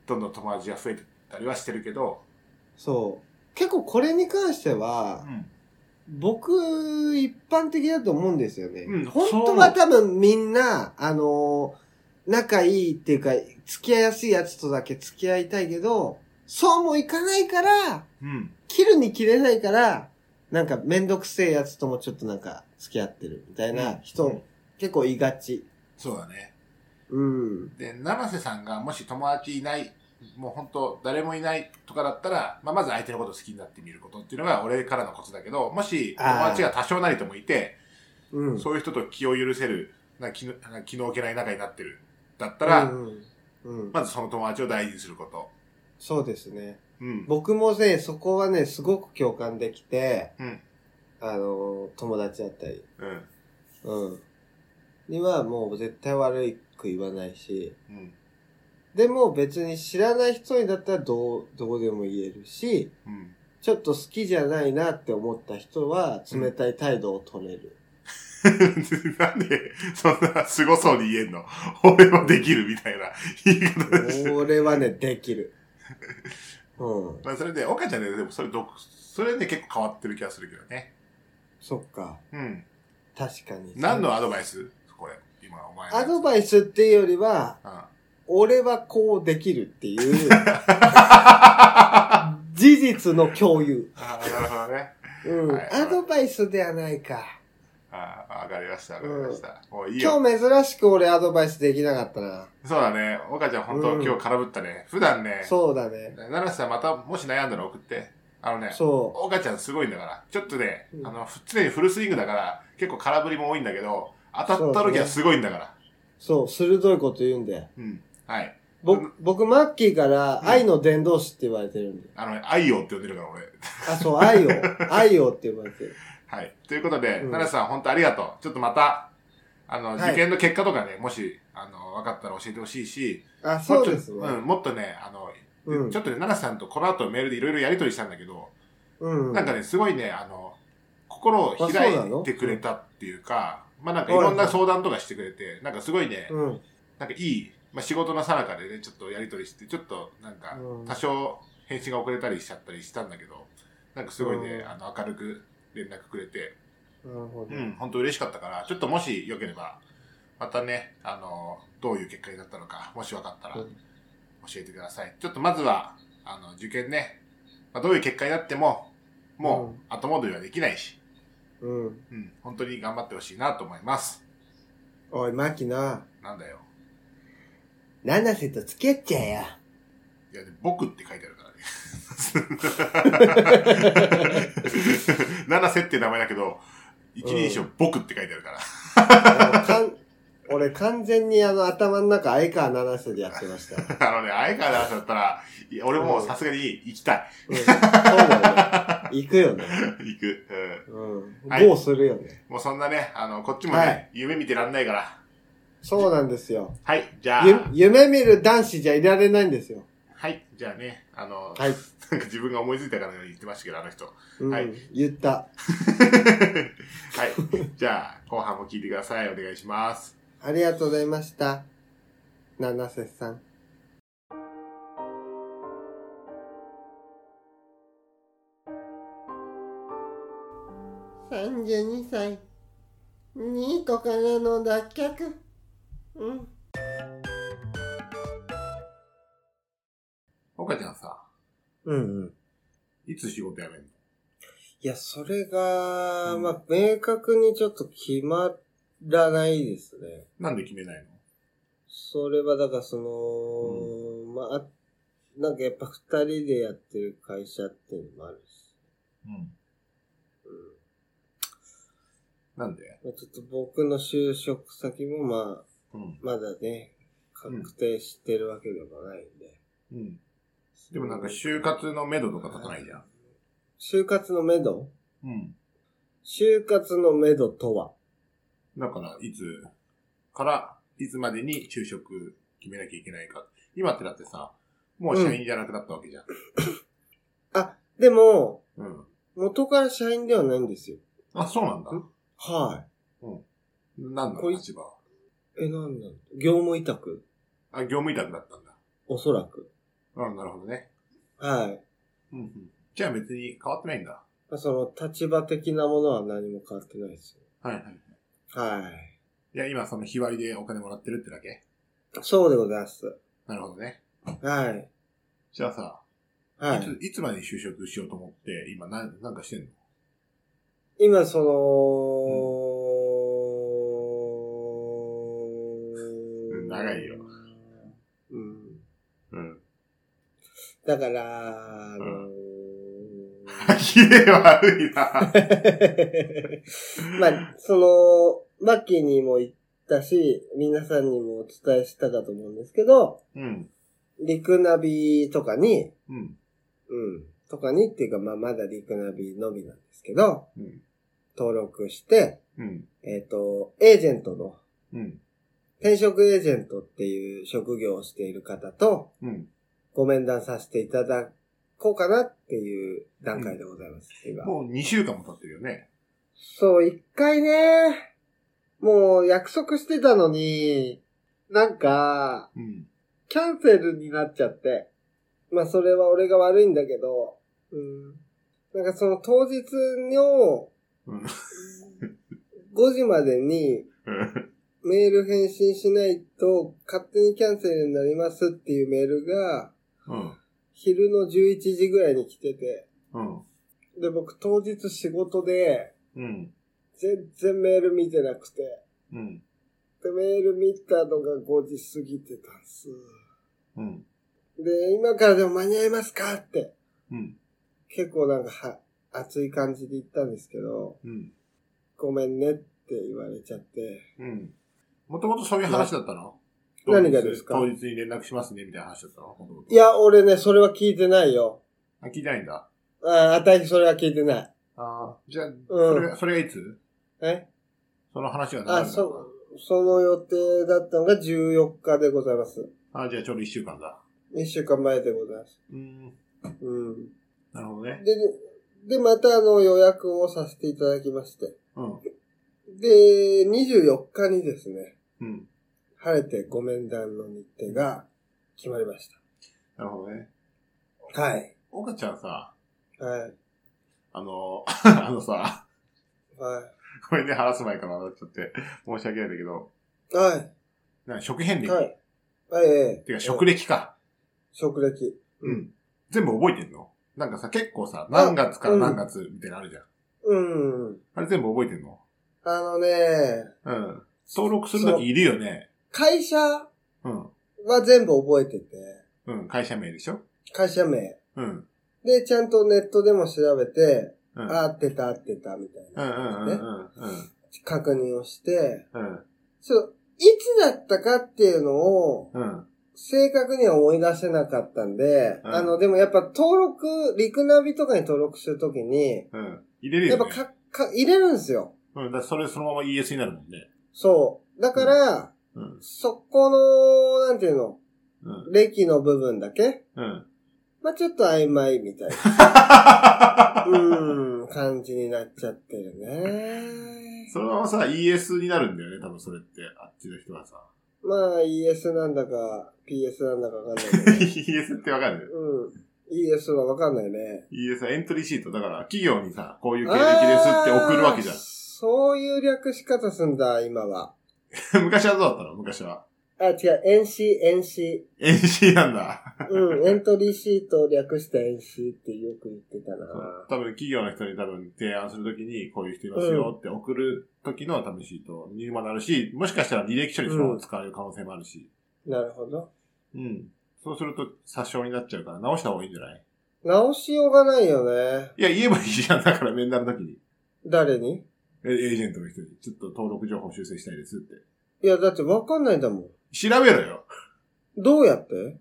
Speaker 1: どんどん友達が増えてったりはしてるけど、
Speaker 2: そう。結構これに関しては、
Speaker 1: ん。
Speaker 2: 僕、一般的だと思うんですよね。
Speaker 1: うん
Speaker 2: 本
Speaker 1: そう
Speaker 2: 当は多分みんな、あのー仲いいっていうか、付き合いやすいやつとだけ付き合いたいけど、そうもいかないから、
Speaker 1: うん。
Speaker 2: 切るに切れないから、なんかめんどくせえやつともちょっとなんか付き合ってるみたいな人、
Speaker 1: うん
Speaker 2: 結構いがち。
Speaker 1: そうだね。
Speaker 2: うん。
Speaker 1: で、七瀬さんがもし友達いない、もう本当誰もいないとかだったら、まあ、まず相手のこと好きになってみることっていうのが俺からのコツだけど、もし友達が多少なりともいて、
Speaker 2: うん。
Speaker 1: そういう人と気を許せる、なんか気のなんか気の置けない仲になってる、だったら、
Speaker 2: うん、うん。
Speaker 1: まずその友達を大事にすること。
Speaker 2: そうですね。
Speaker 1: うん。
Speaker 2: 僕もね、そこはね、すごく共感できて、
Speaker 1: うん。
Speaker 2: あの、友達だったり、
Speaker 1: うん。
Speaker 2: うん。にはもう絶対悪く言わないし、
Speaker 1: うん。
Speaker 2: でも別に知らない人にだったらどう、どうでも言えるし、
Speaker 1: うん。
Speaker 2: ちょっと好きじゃないなって思った人は冷たい態度を取れる。
Speaker 1: なんで、そんな凄そうに言えんの 俺もできるみたいな言い方でして。
Speaker 2: 俺はね、できる。うん。
Speaker 1: まあそれで、岡ちゃんね、でもそれど、それで結構変わってる気がするけどね。
Speaker 2: そっか。
Speaker 1: うん。
Speaker 2: 確かに。
Speaker 1: 何のアドバイスこれ、今お前の。
Speaker 2: アドバイスっていうよりは、俺はこうできるって いう、
Speaker 1: あ
Speaker 2: 事実の共有。
Speaker 1: あー、なるほどね。
Speaker 2: うん。
Speaker 1: はいはい
Speaker 2: アドバイスではないか。
Speaker 1: ああ、上がりました、上がりました。もういいよ。
Speaker 2: 今日珍しく俺アドバイスできなかったな。
Speaker 1: そうだね。岡ちゃん、本当、
Speaker 2: うん
Speaker 1: 今日空振ったね。普段ね、
Speaker 2: そうだね。
Speaker 1: 奈良さんまた、もし悩んだら送って。あのね、
Speaker 2: そ
Speaker 1: 岡ちゃんすごいんだから。ちょっとね、
Speaker 2: うん
Speaker 1: あの、ふ常にフルスイングだから、結構空振りも多いんだけど、当たった時はすごいんだから。
Speaker 2: う。そう、鋭いこと言うんで。
Speaker 1: うん。はい。
Speaker 2: 僕、僕、マッキーから
Speaker 1: ん
Speaker 2: 愛の伝道師って言われてるんで。
Speaker 1: あのね、愛をって呼んでるから、俺。
Speaker 2: あ、そう、愛を。愛をって呼ばれてる。
Speaker 1: はい。ということ
Speaker 2: う
Speaker 1: で、
Speaker 2: ん
Speaker 1: 奈良さん、本当ありがとう。ちょっとまた、あの、
Speaker 2: い
Speaker 1: 受験の結果とかね、もし、あの、分かったら教えてほしいし、
Speaker 2: あ、そうです
Speaker 1: もう
Speaker 2: ね
Speaker 1: ちょっと。うん、もっとね、あの、
Speaker 2: うん
Speaker 1: ちょっとね、奈良さんとこの後メールでいろいろやりとりしたんだけど、
Speaker 2: うん。
Speaker 1: なんかね、すごいね、あの、心を開いてくれたっていうか、まあなんかいろんな相談とかしてくれて、なんかすごいね、
Speaker 2: うん。
Speaker 1: なんかいい、まあ仕事のさなかでね、ちょっとやりとりして、ちょっとなんか
Speaker 2: うん、
Speaker 1: 多少返信が遅れたりしちゃったりしたんだけど、なんかすごいね、
Speaker 2: うん
Speaker 1: あの、明るく連絡くれて、
Speaker 2: なるほど
Speaker 1: う。ん、本当嬉しかったから、ちょっともしよければ、またね、あの、どういう結果になったのか、もし分かったら、
Speaker 2: う
Speaker 1: 教
Speaker 2: ん
Speaker 1: えてください。ちょっとまずは、あの、受験ね、まあ、どういう結果になっても、もう、後戻りはできないし、
Speaker 2: うん。
Speaker 1: うん、本当に頑張ってほしいなと思います。
Speaker 2: おい、マキな。
Speaker 1: なんだよ。
Speaker 2: 七瀬と付き合っちゃえよ。
Speaker 1: いや、で僕って書いてあるからね。 七瀬って名前だけど、一人称僕って書いてあるから。
Speaker 2: あのかん俺完全にあの頭の中相川七瀬でやってました。うん、
Speaker 1: あのね、相川七瀬だったら、いや俺もうさすがに行きたい。
Speaker 2: そうだよね。行くよね。
Speaker 1: 行く。うん
Speaker 2: うん。
Speaker 1: はい
Speaker 2: どうするよね。
Speaker 1: もうそんなね、あの、こっちもね、
Speaker 2: はい
Speaker 1: 夢見てらんないから。
Speaker 2: そうなんですよ。
Speaker 1: はい、じゃあ、
Speaker 2: ゆ夢見る男子じゃいられないんですよ。
Speaker 1: はい、じゃあね、あの、
Speaker 2: はい。
Speaker 1: なんか自分が思いついたかのように言ってましたけど、あの人。は
Speaker 2: うん、
Speaker 1: はい
Speaker 2: 言った。
Speaker 1: い、じゃあ、後半も聞いてください。お願いします。
Speaker 2: ありがとうございました。七瀬さん。32歳。ニートからの脱却。うん。
Speaker 1: 岡ちゃんさ、
Speaker 2: うんうん。
Speaker 1: いつ仕事辞めるの
Speaker 2: いや、それが、
Speaker 1: うん
Speaker 2: まあ、明確にちょっと決まらないですね。
Speaker 1: なんで決めないの
Speaker 2: それはだからその、まあ、なんかやっぱ二人でやってる会社っていうのもあるし。
Speaker 1: うん。なんで
Speaker 2: まあ、ちょっと僕の就職先もまあ、
Speaker 1: うん。
Speaker 2: まだね、確定してるわけでもないんで。
Speaker 1: うん。でもなんか就活の目処とか立たないじゃん。
Speaker 2: 就活のめど
Speaker 1: うん。
Speaker 2: 就活のめどとは
Speaker 1: だから、いつから、いつまでに就職決めなきゃいけないか。今ってだってさ、もう社員じゃなくなったわけじゃん。
Speaker 2: あ、でも、
Speaker 1: うん。
Speaker 2: 元から社員ではないんですよ。
Speaker 1: あ、そうなんだ。
Speaker 2: は
Speaker 1: なんだ
Speaker 2: こい
Speaker 1: 立場は。
Speaker 2: い。え、なんなん業務委託
Speaker 1: あ、業務委託だったんだ。
Speaker 2: おそらく。
Speaker 1: うん、なるほどね。
Speaker 2: はい。
Speaker 1: うん、うん。じゃあ別に変わってないんだ。
Speaker 2: まあその立場的なものは何も変わってないです
Speaker 1: はいはい。
Speaker 2: よ。はい。
Speaker 1: いや、今その日割りでお金もらってるってだけ。
Speaker 2: そうでございます。
Speaker 1: なるほどね。
Speaker 2: はい。
Speaker 1: じゃあさ、
Speaker 2: はいい。
Speaker 1: つ、いつまでに就職しようと思って、今、なん、なんかしてんの
Speaker 2: 今、その、
Speaker 1: うん長いよ。
Speaker 2: うん。
Speaker 1: うん。
Speaker 2: だから、あの
Speaker 1: う
Speaker 2: ー
Speaker 1: ひで悪いな。
Speaker 2: まあ、その、マッキーにも言ったし、皆さんにもお伝えしたかと思うんですけど、
Speaker 1: うん。
Speaker 2: リクナビとかに、
Speaker 1: うん。
Speaker 2: うん、とかにっていうか、まあ、まだリクナビのみなんですけど、
Speaker 1: うん。
Speaker 2: 登録して、
Speaker 1: うん。
Speaker 2: えっ、と、エージェントの、
Speaker 1: うん。
Speaker 2: 転職エージェントっていう職業をしている方と、
Speaker 1: うん。
Speaker 2: ご面談させていただこうかなっていう段階でございます、今。
Speaker 1: もう2週間も経ってるよね。
Speaker 2: そう、一回ね、もう約束してたのに、なんか、
Speaker 1: うん。
Speaker 2: キャンセルになっちゃって。まあ、それは俺が悪いんだけど、うん。なんかその当日の
Speaker 1: うん。
Speaker 2: 5時までに、
Speaker 1: うん
Speaker 2: メール返信しないと勝手にキャンセルになりますっていうメールが
Speaker 1: うん。
Speaker 2: 昼の11時ぐらいに来てて、
Speaker 1: うん。
Speaker 2: で、僕当日仕事で、
Speaker 1: うん。
Speaker 2: 全然メール見てなくて。
Speaker 1: うん。
Speaker 2: で、メール見たのが5時過ぎてたんです。
Speaker 1: うん。
Speaker 2: で、今からでも間に合いますかって。
Speaker 1: うん。
Speaker 2: 結構なんかは、熱い感じで言ったんですけど、
Speaker 1: うん。
Speaker 2: ごめんねって言われちゃって。
Speaker 1: うん。もともとそういう話だったの
Speaker 2: な何がですか
Speaker 1: 当日に連絡しますね、みたいな話だったの元々
Speaker 2: いや、俺ね、それは聞いてないよ。
Speaker 1: あ、聞いてないんだ。
Speaker 2: ああ、私それは聞いてない。
Speaker 1: ああ、じゃあ、
Speaker 2: うん
Speaker 1: それが、それがいつ
Speaker 2: え
Speaker 1: その話が
Speaker 2: あ、
Speaker 1: るんだろ
Speaker 2: そ、その予定だったのが14日でございます。
Speaker 1: あ、じゃあちょうど一週間だ。
Speaker 2: 1週間前でございます。
Speaker 1: うーん。
Speaker 2: うん。
Speaker 1: なるほどね。
Speaker 2: で、で、またあの予約をさせていただきまして。
Speaker 1: うん。
Speaker 2: で、24日にですね、
Speaker 1: うん。
Speaker 2: 晴れてご面談の日程が決まりまし
Speaker 1: なるほどね。
Speaker 2: た。はい。
Speaker 1: 岡ちゃんさ、
Speaker 2: はい。
Speaker 1: あの、 あのさ、
Speaker 2: は
Speaker 1: これね、話す前から笑っちゃって、申し訳ないんだけど、
Speaker 2: い。は
Speaker 1: なんか食変
Speaker 2: い。
Speaker 1: 歴。
Speaker 2: はい。はい。ええ
Speaker 1: てか、食歴か。
Speaker 2: 食歴。
Speaker 1: う。ん。全部覚えてんのなんかさ、結構さ、何月から何月みたいなのあるじゃん。
Speaker 2: うん。
Speaker 1: あれ全部覚えてんの
Speaker 2: あのね、
Speaker 1: うん。登録するときいるよね。
Speaker 2: 会社は
Speaker 1: うん。
Speaker 2: 全部覚えてて、
Speaker 1: うん。会社名でしょ
Speaker 2: 会社名。
Speaker 1: うん。
Speaker 2: で、ちゃんとネットでも調べて、
Speaker 1: うん。
Speaker 2: あ合ってた合ってたみたい
Speaker 1: うんうん
Speaker 2: な、
Speaker 1: うんう
Speaker 2: ね。
Speaker 1: んうん。
Speaker 2: 確認をして、
Speaker 1: うん。
Speaker 2: そう、いつだったかっていうのを、
Speaker 1: うん。
Speaker 2: 正確には思い出せなかったんで、
Speaker 1: うん
Speaker 2: あの、でもやっぱ登録、リクナビとかに登録するときに、
Speaker 1: うん。入れる
Speaker 2: やっ
Speaker 1: よ
Speaker 2: ぱ
Speaker 1: ね。
Speaker 2: か、か、入れるんですよ。
Speaker 1: うん。だからそれそのまま ES になるもんね。
Speaker 2: そう。だから、
Speaker 1: うん。
Speaker 2: そこの、なんていうの、
Speaker 1: うん。
Speaker 2: 歴の部分だけ、
Speaker 1: うん。
Speaker 2: まあちょっと曖昧みたい な、うーん、感じになっちゃってるね。
Speaker 1: そのままさ、ES になるんだよね、多分それって。あっちの人は さ。
Speaker 2: まあ ES なんだか、PS なんだかわかんないけど、
Speaker 1: ES ってわかる
Speaker 2: うん。ES はわかんないね。
Speaker 1: ?ES はエントリーシート。だから、企業にさ、こういう経歴ですって送るわけじ
Speaker 2: あー
Speaker 1: ゃ
Speaker 2: そういう略し方すんだ、今は。
Speaker 1: ん。 昔はどうだったの昔は。
Speaker 2: あ、違う、遠視、遠視。
Speaker 1: NC なんだ。
Speaker 2: うん、エントリーシートを略して遠視ってよく言ってたな。
Speaker 1: 多分企業の人に多分提案するときに、こういう人いますよって送る時の試しとにもなるし、もしかしたら履歴書にそのまま使われる可能性もあるし。
Speaker 2: なるほど。
Speaker 1: うん。そうすると、殺傷になっちゃうから、直した方がいいんじゃない
Speaker 2: 直しようがないよね。
Speaker 1: いや、言えばいいじゃん。だから面談の時に。
Speaker 2: 誰に
Speaker 1: えエージェントの人に、ちょっと登録情報修正したいですって。
Speaker 2: いや、だってわかんないんだもん。
Speaker 1: 調べろよ。
Speaker 2: どうやって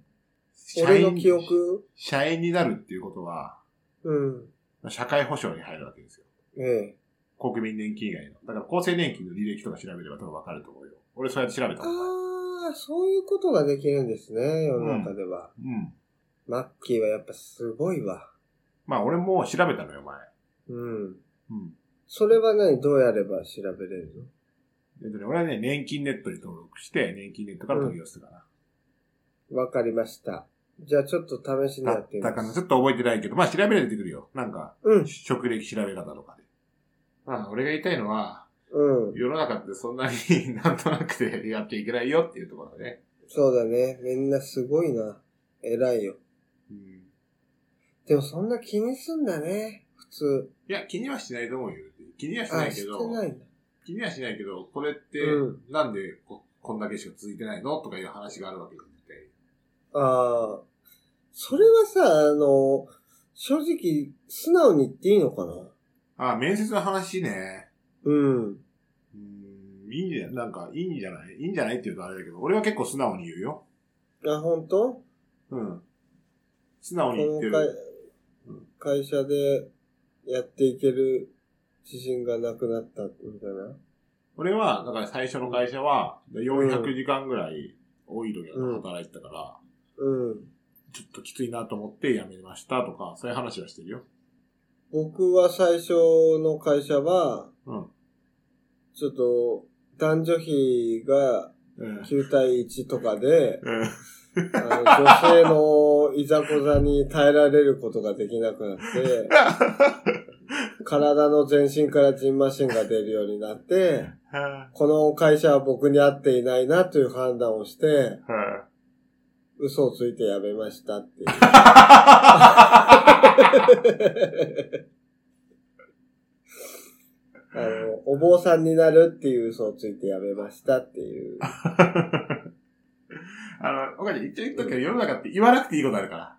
Speaker 2: 俺の記憶
Speaker 1: 社員になるっていうことは、
Speaker 2: うん。
Speaker 1: 社会保障に入るわけですよ。
Speaker 2: ええ。
Speaker 1: 国民年金以外の。だから厚生年金の履歴とか調べれば多分わかると思うよ。俺そうやって調べたもん
Speaker 2: ああ、そういうことができるんですね、世の中では。
Speaker 1: うん。
Speaker 2: マッキーはやっぱすごいわ。
Speaker 1: まあ俺も調べたのよ、前。
Speaker 2: うん。
Speaker 1: うん。
Speaker 2: それは何どうやれば調べれるの
Speaker 1: えっとね、俺はね、年金ネットに登録して、年金ネットから取り寄せたかな。
Speaker 2: わかりました。じゃあちょっと試しに
Speaker 1: だ
Speaker 2: やっ
Speaker 1: って
Speaker 2: み
Speaker 1: た
Speaker 2: ま
Speaker 1: かな。
Speaker 2: す。
Speaker 1: ちょっと覚えてないけど、まあ調べれば出てくるよ。なんか、
Speaker 2: うん。
Speaker 1: 職歴調べ方とかで。まあ俺が言いたいのは、
Speaker 2: うん。
Speaker 1: 世の中ってそんなに なんとなくでやっていけないよっていうところだね。
Speaker 2: そうだね。みんなすごいな。偉いよ。
Speaker 1: うん。
Speaker 2: でもそんな気にすんだね。普通。
Speaker 1: いや、気にはしないと思うよ。気にはしな
Speaker 2: あ、
Speaker 1: いけ
Speaker 2: して
Speaker 1: ど、
Speaker 2: ないんだ。
Speaker 1: 気にはしないけど、これって
Speaker 2: うん、
Speaker 1: なんでここんだけしか続いてないのとかいう話があるわけよ。絶対
Speaker 2: ああ。それはさ、あの、正直、素直に言っていいのかな
Speaker 1: あ、面接の話ね。
Speaker 2: うん。
Speaker 1: うーん、いいんじゃ、なんか、いいんじゃないいいんじゃないって言うとあれだけど、俺は結構素直に言うよ。
Speaker 2: あ、本当
Speaker 1: うん。素直
Speaker 2: こ
Speaker 1: に言って
Speaker 2: の会
Speaker 1: る。うん、
Speaker 2: 会社でやっていける自信がなくなったんじゃない
Speaker 1: 俺は、だから最初の会社は、400時間ぐらい、オイルで
Speaker 2: うん
Speaker 1: 働いてたから、
Speaker 2: うん。
Speaker 1: ちょっときついなと思って辞めましたとか、そういう話はしてるよ。
Speaker 2: 僕は最初の会社は、
Speaker 1: うん。
Speaker 2: ちょっと、男女比が
Speaker 1: うん。
Speaker 2: 9対1とかで、
Speaker 1: うん。
Speaker 2: あの女性のいざこざに耐えられることができなくな って、体の全身からジンマシンが出るようになって、この会社は僕に合っていないなという判断をして、嘘をついて辞めましたっていう。 あの、お坊さんになるっていう嘘をついてやめましたっていう。
Speaker 1: あの、おかに一応言っとくけど、世の中って言わなくていいことあるか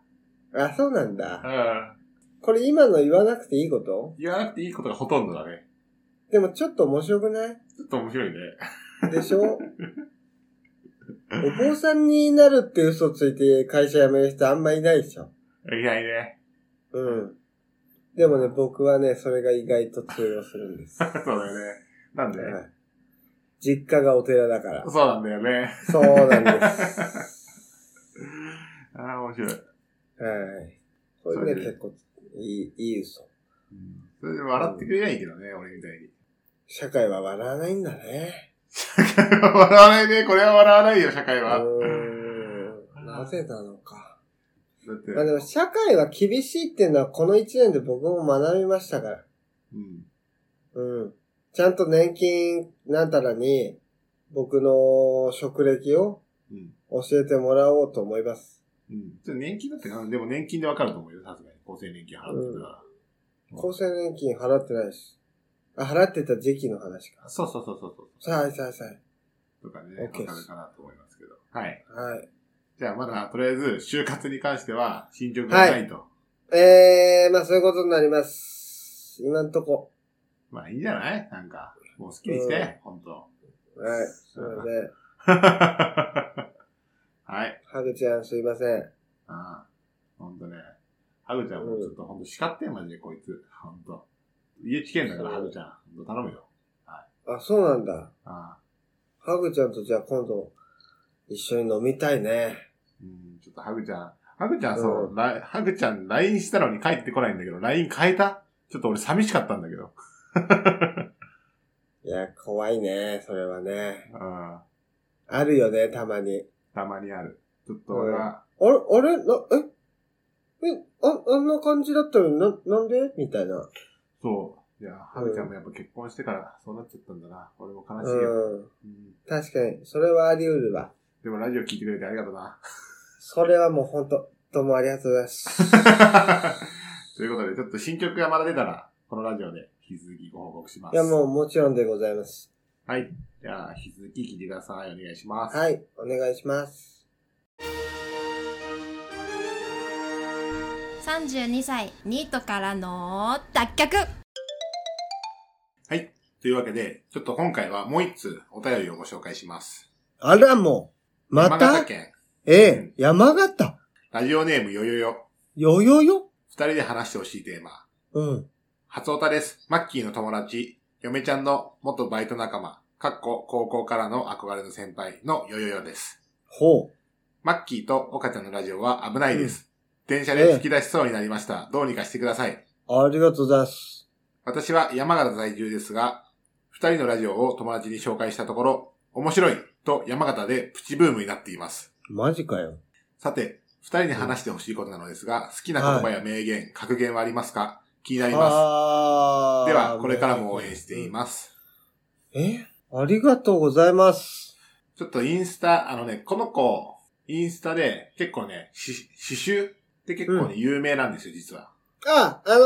Speaker 2: あ、そうなんだ。
Speaker 1: ら。うん。
Speaker 2: これ今の言わなくていいこと
Speaker 1: 言わなくていいことがほとんどだね。
Speaker 2: でもちょっと面白くない
Speaker 1: ちょっと面白いね。
Speaker 2: でしょお坊さんになるって嘘ついて会社辞める人あんまいないでしょ。
Speaker 1: いないね。
Speaker 2: うん。でもね、僕はね、それが意外と通用するんです。
Speaker 1: そう
Speaker 2: は
Speaker 1: だよね。なんで、
Speaker 2: い、実家がお寺だから。
Speaker 1: そうなんだよね。
Speaker 2: そうなんです。
Speaker 1: ああ、面白い。
Speaker 2: はい。これね、結構、いい、いい嘘。
Speaker 1: それで笑ってくれりゃいいけどね、俺みたいに。
Speaker 2: 社会は笑わないんだね。
Speaker 1: 笑わないね。これは笑わないよ、社会
Speaker 2: う
Speaker 1: は。
Speaker 2: ーん。なぜなのか。
Speaker 1: だって、
Speaker 2: まあでも、社会は厳しいっていうのは、この一年で僕も学びましたから。
Speaker 1: うん。
Speaker 2: うん。ちゃんと年金なんたらに、僕の職歴を
Speaker 1: うん。
Speaker 2: 教えてもらおうと思います。
Speaker 1: うん。ちょっと年金だってな、でも年金でわかると思うよ、さすがに。厚生年金払ってたら。
Speaker 2: 厚生年金払ってないし。あ、払ってた時期の話か。
Speaker 1: そうそうそうそうそう。
Speaker 2: さあ、さあ、さ
Speaker 1: とかね、
Speaker 2: オ
Speaker 1: わ
Speaker 2: ッケーです
Speaker 1: かるかなと思いますけど。はい。
Speaker 2: あ。はい。
Speaker 1: じゃあまだ、とりあえず、就活に関しては、進捗がないと。
Speaker 2: えー、まあそういうことになります。今んとこ。
Speaker 1: まあいいんじゃないなんか、もう好きにして、ほんと。
Speaker 2: はい。すいません。
Speaker 1: はい。
Speaker 2: ハグちゃんすいません。
Speaker 1: ああ、ほんとね。ハグちゃんもちょっとほんと叱ってん、マジでこいつ。ほんと。家知見だから、
Speaker 2: そう
Speaker 1: ハグちゃん。ほんと頼むよ。
Speaker 2: あ、そうなんだ。
Speaker 1: ああ。
Speaker 2: ハグちゃんとじゃあ今度、一緒に飲みたいね。
Speaker 1: うん、ちょっとハグちゃん。ハグちゃん、そうう、ラハグちゃん LINE したのに帰ってこないんだけど、LINE 変えたちょっと俺寂しかったんだけど。
Speaker 2: いや、怖いね。それはね。
Speaker 1: うん。
Speaker 2: あるよね、たまに。
Speaker 1: たまにある。ちょっと俺は、
Speaker 2: あれ、あれな、ええ、あ、あんな感じだったのにな、なんでみたいな。
Speaker 1: そう。いや、ハグちゃんもやっぱ結婚してからそうなっちゃったんだな。俺も悲しいよ。
Speaker 2: うん。
Speaker 1: うん
Speaker 2: 確かに、それはあり得るわ。
Speaker 1: でもラジオ聞いてくれてありがとうな。
Speaker 2: それはもうほんと、どうもありがとうございます。
Speaker 1: ということで、ちょっと新曲がまだ出たら、このラジオで引き続きご報告します。
Speaker 2: いや、もうもちろんでございます。
Speaker 1: はい。じゃあ、引き続き聞いてください。お願いします。
Speaker 2: はい、お願いします。
Speaker 3: 32歳ニートからの脱却
Speaker 1: というわけで、ちょっと今回はもう一通お便りをご紹介します。
Speaker 2: あらもう、ま
Speaker 1: 山
Speaker 2: た
Speaker 1: 形、県、
Speaker 2: ええ、山形、
Speaker 1: ラジオネームよよよ。
Speaker 2: よよよ
Speaker 1: 二人で話してほしいテーマ。
Speaker 2: うん。
Speaker 1: 初オタです。マッキーの友達、嫁ちゃんの元バイト仲間、かっこ高校からの憧れの先輩のよよよです。
Speaker 2: ほ
Speaker 1: マッキーと岡ちゃんのラジオは危ないです。電車で吹き出しそうになりました。どうにかしてください。
Speaker 2: う、ありがとうございます。
Speaker 1: 私は山形在住ですが、二人のラジオを友達に紹介したところ、面白いと山形でプチブームになっています。
Speaker 2: マジかよ。
Speaker 1: さて、二人に話してほしいことなのですが、好きな言葉や名言、格言はありますか気になりま
Speaker 2: あ
Speaker 1: す。
Speaker 2: ー
Speaker 1: では、これからも応援しています。
Speaker 2: す。えありがとうございます。
Speaker 1: ちょっとインスタ、あのね、この子、インスタで結構ね、し刺繍って結構ね、有名なんですよ、実は。
Speaker 2: あ、あ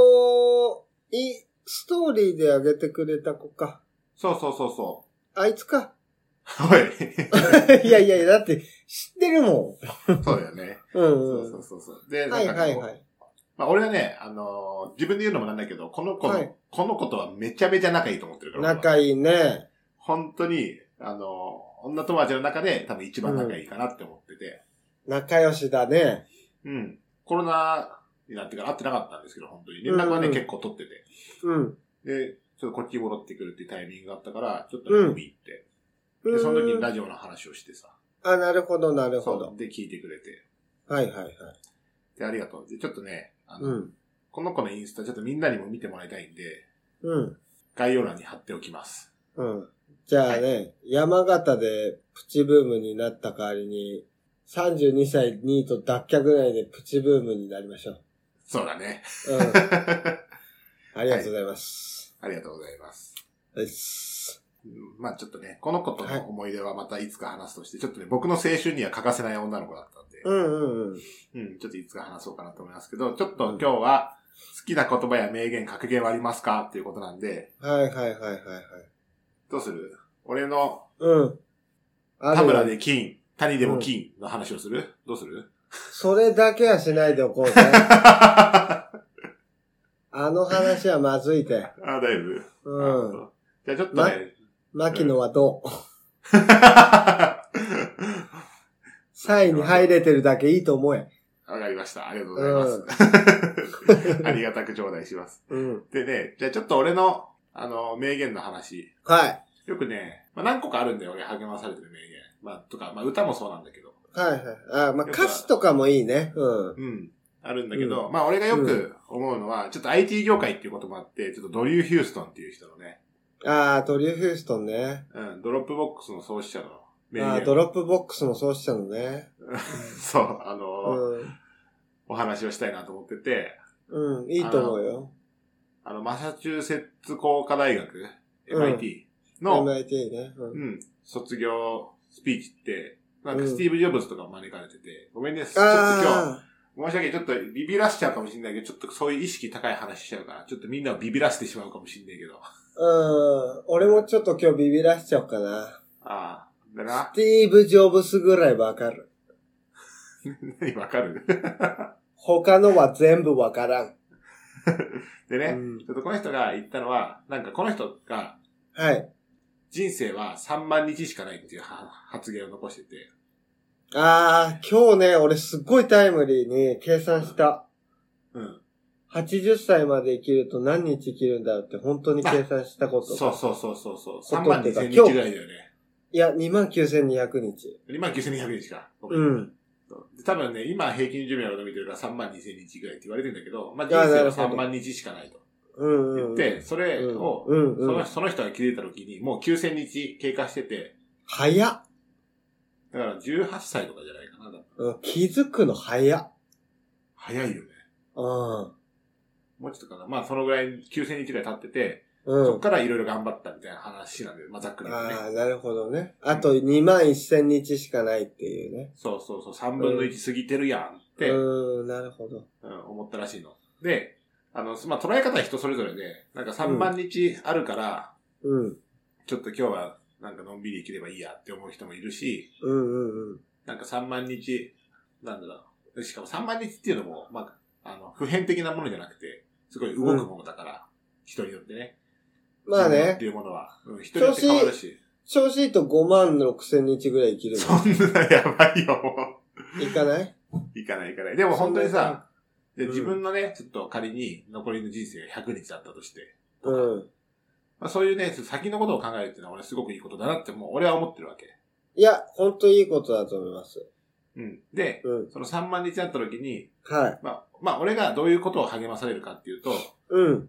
Speaker 2: のー、い、ストーリーであげてくれた子か。
Speaker 1: そうそうそうそ
Speaker 2: あいつか。
Speaker 1: う。 おい。
Speaker 2: いやいやいや、だって知ってるも
Speaker 1: そうだよね。
Speaker 2: ん。うんう
Speaker 1: そ
Speaker 2: ん。
Speaker 1: うそうそうそう。で、な
Speaker 2: は
Speaker 1: ん
Speaker 2: い
Speaker 1: かこう、
Speaker 2: はいはい。
Speaker 1: まあ、俺はね、あのー自分で言うのもなんだけど、この子の、
Speaker 2: はい
Speaker 1: この子とはめちゃめちゃ仲いいと思ってるから。俺は
Speaker 2: 仲いいね。
Speaker 1: 本当に、あのー女友達の中で多分一番仲いいかなって思ってて。
Speaker 2: 仲良しだね。
Speaker 1: うん。コロナになってから会ってなかったんですけど、本当に。連絡はね、
Speaker 2: うん
Speaker 1: 結構取ってて。
Speaker 2: うん。
Speaker 1: で、ちょっとこっちに戻ってくるっていうタイミングがあったから、ちょっとね
Speaker 2: うん
Speaker 1: 飲み行って。で、その時にラ
Speaker 2: ジ
Speaker 1: ジオの話をしてさ。
Speaker 2: オ。あ、なるほどなるほ
Speaker 1: そ
Speaker 2: ど
Speaker 1: う。。で、聞いてくれて。
Speaker 2: はいはいはい。
Speaker 1: で、ありがとう。で、ちょっとね、あの、
Speaker 2: うん。
Speaker 1: この子のインスタ、ちょっとみんなにも見てもらいたいんで、
Speaker 2: うん。
Speaker 1: 概要欄に貼っておきます。
Speaker 2: うん。じゃあね、山形でプチブームになった代わりに、32歳ニート脱却ぐらいでプチブームになりましょう。
Speaker 1: そうだね。
Speaker 2: うん。ありがとうございます。
Speaker 1: ありがとうございます。
Speaker 2: よし
Speaker 1: うんまあちょっとね、この子との思い出はまたいつか話すとして、ちょっとね、僕の青春には欠かせない女の子だったんで、
Speaker 2: うんうんうん。
Speaker 1: うん、ちょっといつか話そうかなと思いますけど、ちょっと今日は、きな言葉や名言、格言はありますかっていうことなんで、
Speaker 2: はいはいはいはいはい。
Speaker 1: どうする俺の
Speaker 2: うん。ある
Speaker 1: 田村で金、谷でも金の話をする、どうする
Speaker 2: それだけはしないでおこうぜ。 あの話はまずいて。
Speaker 1: あ、だいぶ。
Speaker 2: うん。
Speaker 1: あ。じゃあちょっとね、
Speaker 2: 牧野はどう ?3 位に入れてるだけいいと思え。
Speaker 1: わかりました。ありがとうございます。 ありがたく頂戴します。
Speaker 2: うん。
Speaker 1: でね、じゃあちょっと俺の、あの、名言の話。
Speaker 2: はい。
Speaker 1: よくね、まあ、何個かあるんだよ、俺励まされてる名言。まあ、とか、まあ、歌もそうなんだけど。
Speaker 2: はいはい。あ、まあ、歌詞とかもいいね。うん。
Speaker 1: うん。あるんだけど、まあ、俺がよく思うのは、ちょっと IT 業界っていうこともあって、ちょっとドリュー・ヒューストンっていう人のね、
Speaker 2: あー、トリュー・ヒューストンね。
Speaker 1: うん、ドロップボックスの創始者の名言。
Speaker 2: あー、ドロップボックスの創始者のね。
Speaker 1: そう、あの、
Speaker 2: うん。
Speaker 1: お話をしたいなと思ってて、
Speaker 2: うん、いいと思うよ。
Speaker 1: あの、マサチューセッツ工科大学、
Speaker 2: うん
Speaker 1: MIT の、
Speaker 2: MIT ね。う
Speaker 1: うんん、卒業スピーチって、なんかスティーブ・ジョブズとかも招かれてて、ごめんね、ちょっと今
Speaker 2: あ
Speaker 1: 日、申し訳ない、ちょっとビビらしちゃうかもしれないけど、ちょっとそういう意識高い話しちゃうから、ちょっとみんなをビビらしてしまうかもしれないけど。あ
Speaker 2: ー、うん。俺もちょっと今日ビビらしちゃおうかな。
Speaker 1: あ、だ
Speaker 2: ス
Speaker 1: な。
Speaker 2: ティーブ・ジョブスぐらいわかる。
Speaker 1: 何わかる
Speaker 2: 他のは全部わからん。
Speaker 1: でね、
Speaker 2: うん
Speaker 1: ちょっとこの人が言ったのは、なんかこの人が、
Speaker 2: はい。
Speaker 1: 人生は3万日しかないっていうは発言を残してて、
Speaker 2: あー、今日ね、俺すっごいタイムリーに計算した。
Speaker 1: うん。
Speaker 2: 80歳まで生きると何日生きるんだろうって本当に計算したこと。
Speaker 1: そうそうそうそうそう。
Speaker 2: こ
Speaker 1: 3
Speaker 2: とっ
Speaker 1: 万
Speaker 2: ていうか
Speaker 1: 2000日ぐらいだよね。
Speaker 2: いや、29,200日。
Speaker 1: 2万9200日か。ごめ
Speaker 2: うん。
Speaker 1: で多分ね、今平均寿命を伸びてるから3万2000日ぐらいって言われてるんだけど、まあ
Speaker 2: あ
Speaker 1: 人生
Speaker 2: な
Speaker 1: は
Speaker 2: るほど
Speaker 1: 3万日しかないと
Speaker 2: うんうん
Speaker 1: 言
Speaker 2: うん。
Speaker 1: って、それ
Speaker 2: うん
Speaker 1: を、
Speaker 2: うん
Speaker 1: そ
Speaker 2: うん
Speaker 1: の。その人が気づいた時にもう9000日経過してて、
Speaker 2: 早っ。
Speaker 1: だから18歳とかじゃないかな。だから
Speaker 2: うん気づくの早っ。
Speaker 1: 早いよね。
Speaker 2: うん。
Speaker 1: もうちょっとかな。まあそのぐらい9000日ぐらい経ってて、
Speaker 2: う
Speaker 1: そっ
Speaker 2: ん。
Speaker 1: からいろいろ頑張ったみたいな話なんで、まあざっくり言うと
Speaker 2: あ
Speaker 1: ね。
Speaker 2: あ、なるほどね。あと2万1000日しかないっていうね。
Speaker 1: そうそうそう、3分の1過ぎてるやんって、
Speaker 2: うーん、なるほど。
Speaker 1: うん思ったらしいの。で、あの、まあ捉え方は人それぞれで、なんか3万日あるから、
Speaker 2: うん。
Speaker 1: ちょっと今日はなんかのんびり生きればいいやって思う人もいるし、
Speaker 2: うんうんうん。
Speaker 1: なんか3万日、なんだろう。しかも3万日っていうのも、まあ、あの、普遍的なものじゃなくて、すごい動くものだから、人によってね。
Speaker 2: まあ
Speaker 1: 寿命っ
Speaker 2: ね
Speaker 1: て、いうものは、うん、人によって変わるし。
Speaker 2: 調子いいと5万6000日ぐらい生きる
Speaker 1: そんなやばいよ、
Speaker 2: の。
Speaker 1: も。
Speaker 2: いかないう
Speaker 1: いかないいかない。でも本当に
Speaker 2: そんなやば
Speaker 1: さ、で
Speaker 2: うん
Speaker 1: 自分のね、ちょっと仮に残りの人生が100日だったとして、
Speaker 2: うん。
Speaker 1: まあ、そういうね、先のことを考えるっていうのは俺すごくいいことだなって、もう俺は思ってるわけ。
Speaker 2: いや、ほんといいことだと思います。
Speaker 1: うん。で、
Speaker 2: うん。
Speaker 1: その3万日だった時に、
Speaker 2: はい。
Speaker 1: まあ、まあ、俺がどういうことを励まされるかっていうと、
Speaker 2: うん。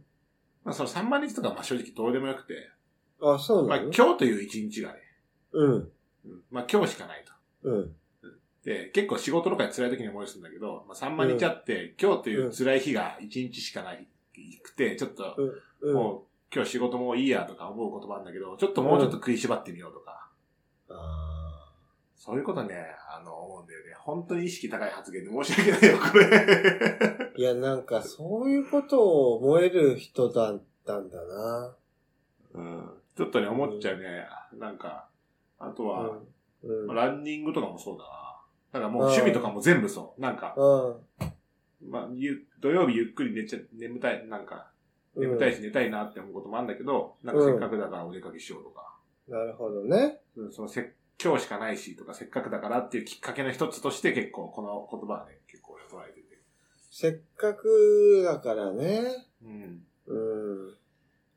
Speaker 1: まあ、その3万日とかはまあ正直どうでもよくて、
Speaker 2: あ、そう
Speaker 1: まあ、
Speaker 2: なの
Speaker 1: 今日という一日がね、
Speaker 2: うん。
Speaker 1: うんまあ、今日しかないと。
Speaker 2: うん。
Speaker 1: で、結構仕事とかで辛い時に思い出すんだけど、まあ、3万日あって、今日という辛い日が一日しかないくて、ちょっと、
Speaker 2: うん。
Speaker 1: もう、今日仕事もういいやとか思うこともあるんだけど、ちょっともうちょっと食いしばってみようとか、
Speaker 2: あ
Speaker 1: そういうことね、あの、思うんだよね。本当に意識高い発言で申し訳ないよ、これ。
Speaker 2: ーいや、なんか、そういうことを思える人だったんだな。
Speaker 1: うん。ちょっとね、思っちゃうね。なんか、あとは、
Speaker 2: うん。うん。
Speaker 1: まあランニングとかもそうだな。なんかもう趣味とかも全部そう。なんか、
Speaker 2: うん
Speaker 1: まあ、ゆ土曜日ゆっくり寝ちゃ、眠たい、なんか、眠たいし寝たいなって思うこともあるんだけど、なんかせっかくだからお出かけしようとか、
Speaker 2: なるほどね。
Speaker 1: うん、そのせ、今日しかないしとか、せっかくだからっていうきっかけの一つとして結構この言葉はね、結構俺は捉えてて。
Speaker 2: せっかくだからね。
Speaker 1: うん。
Speaker 2: うん。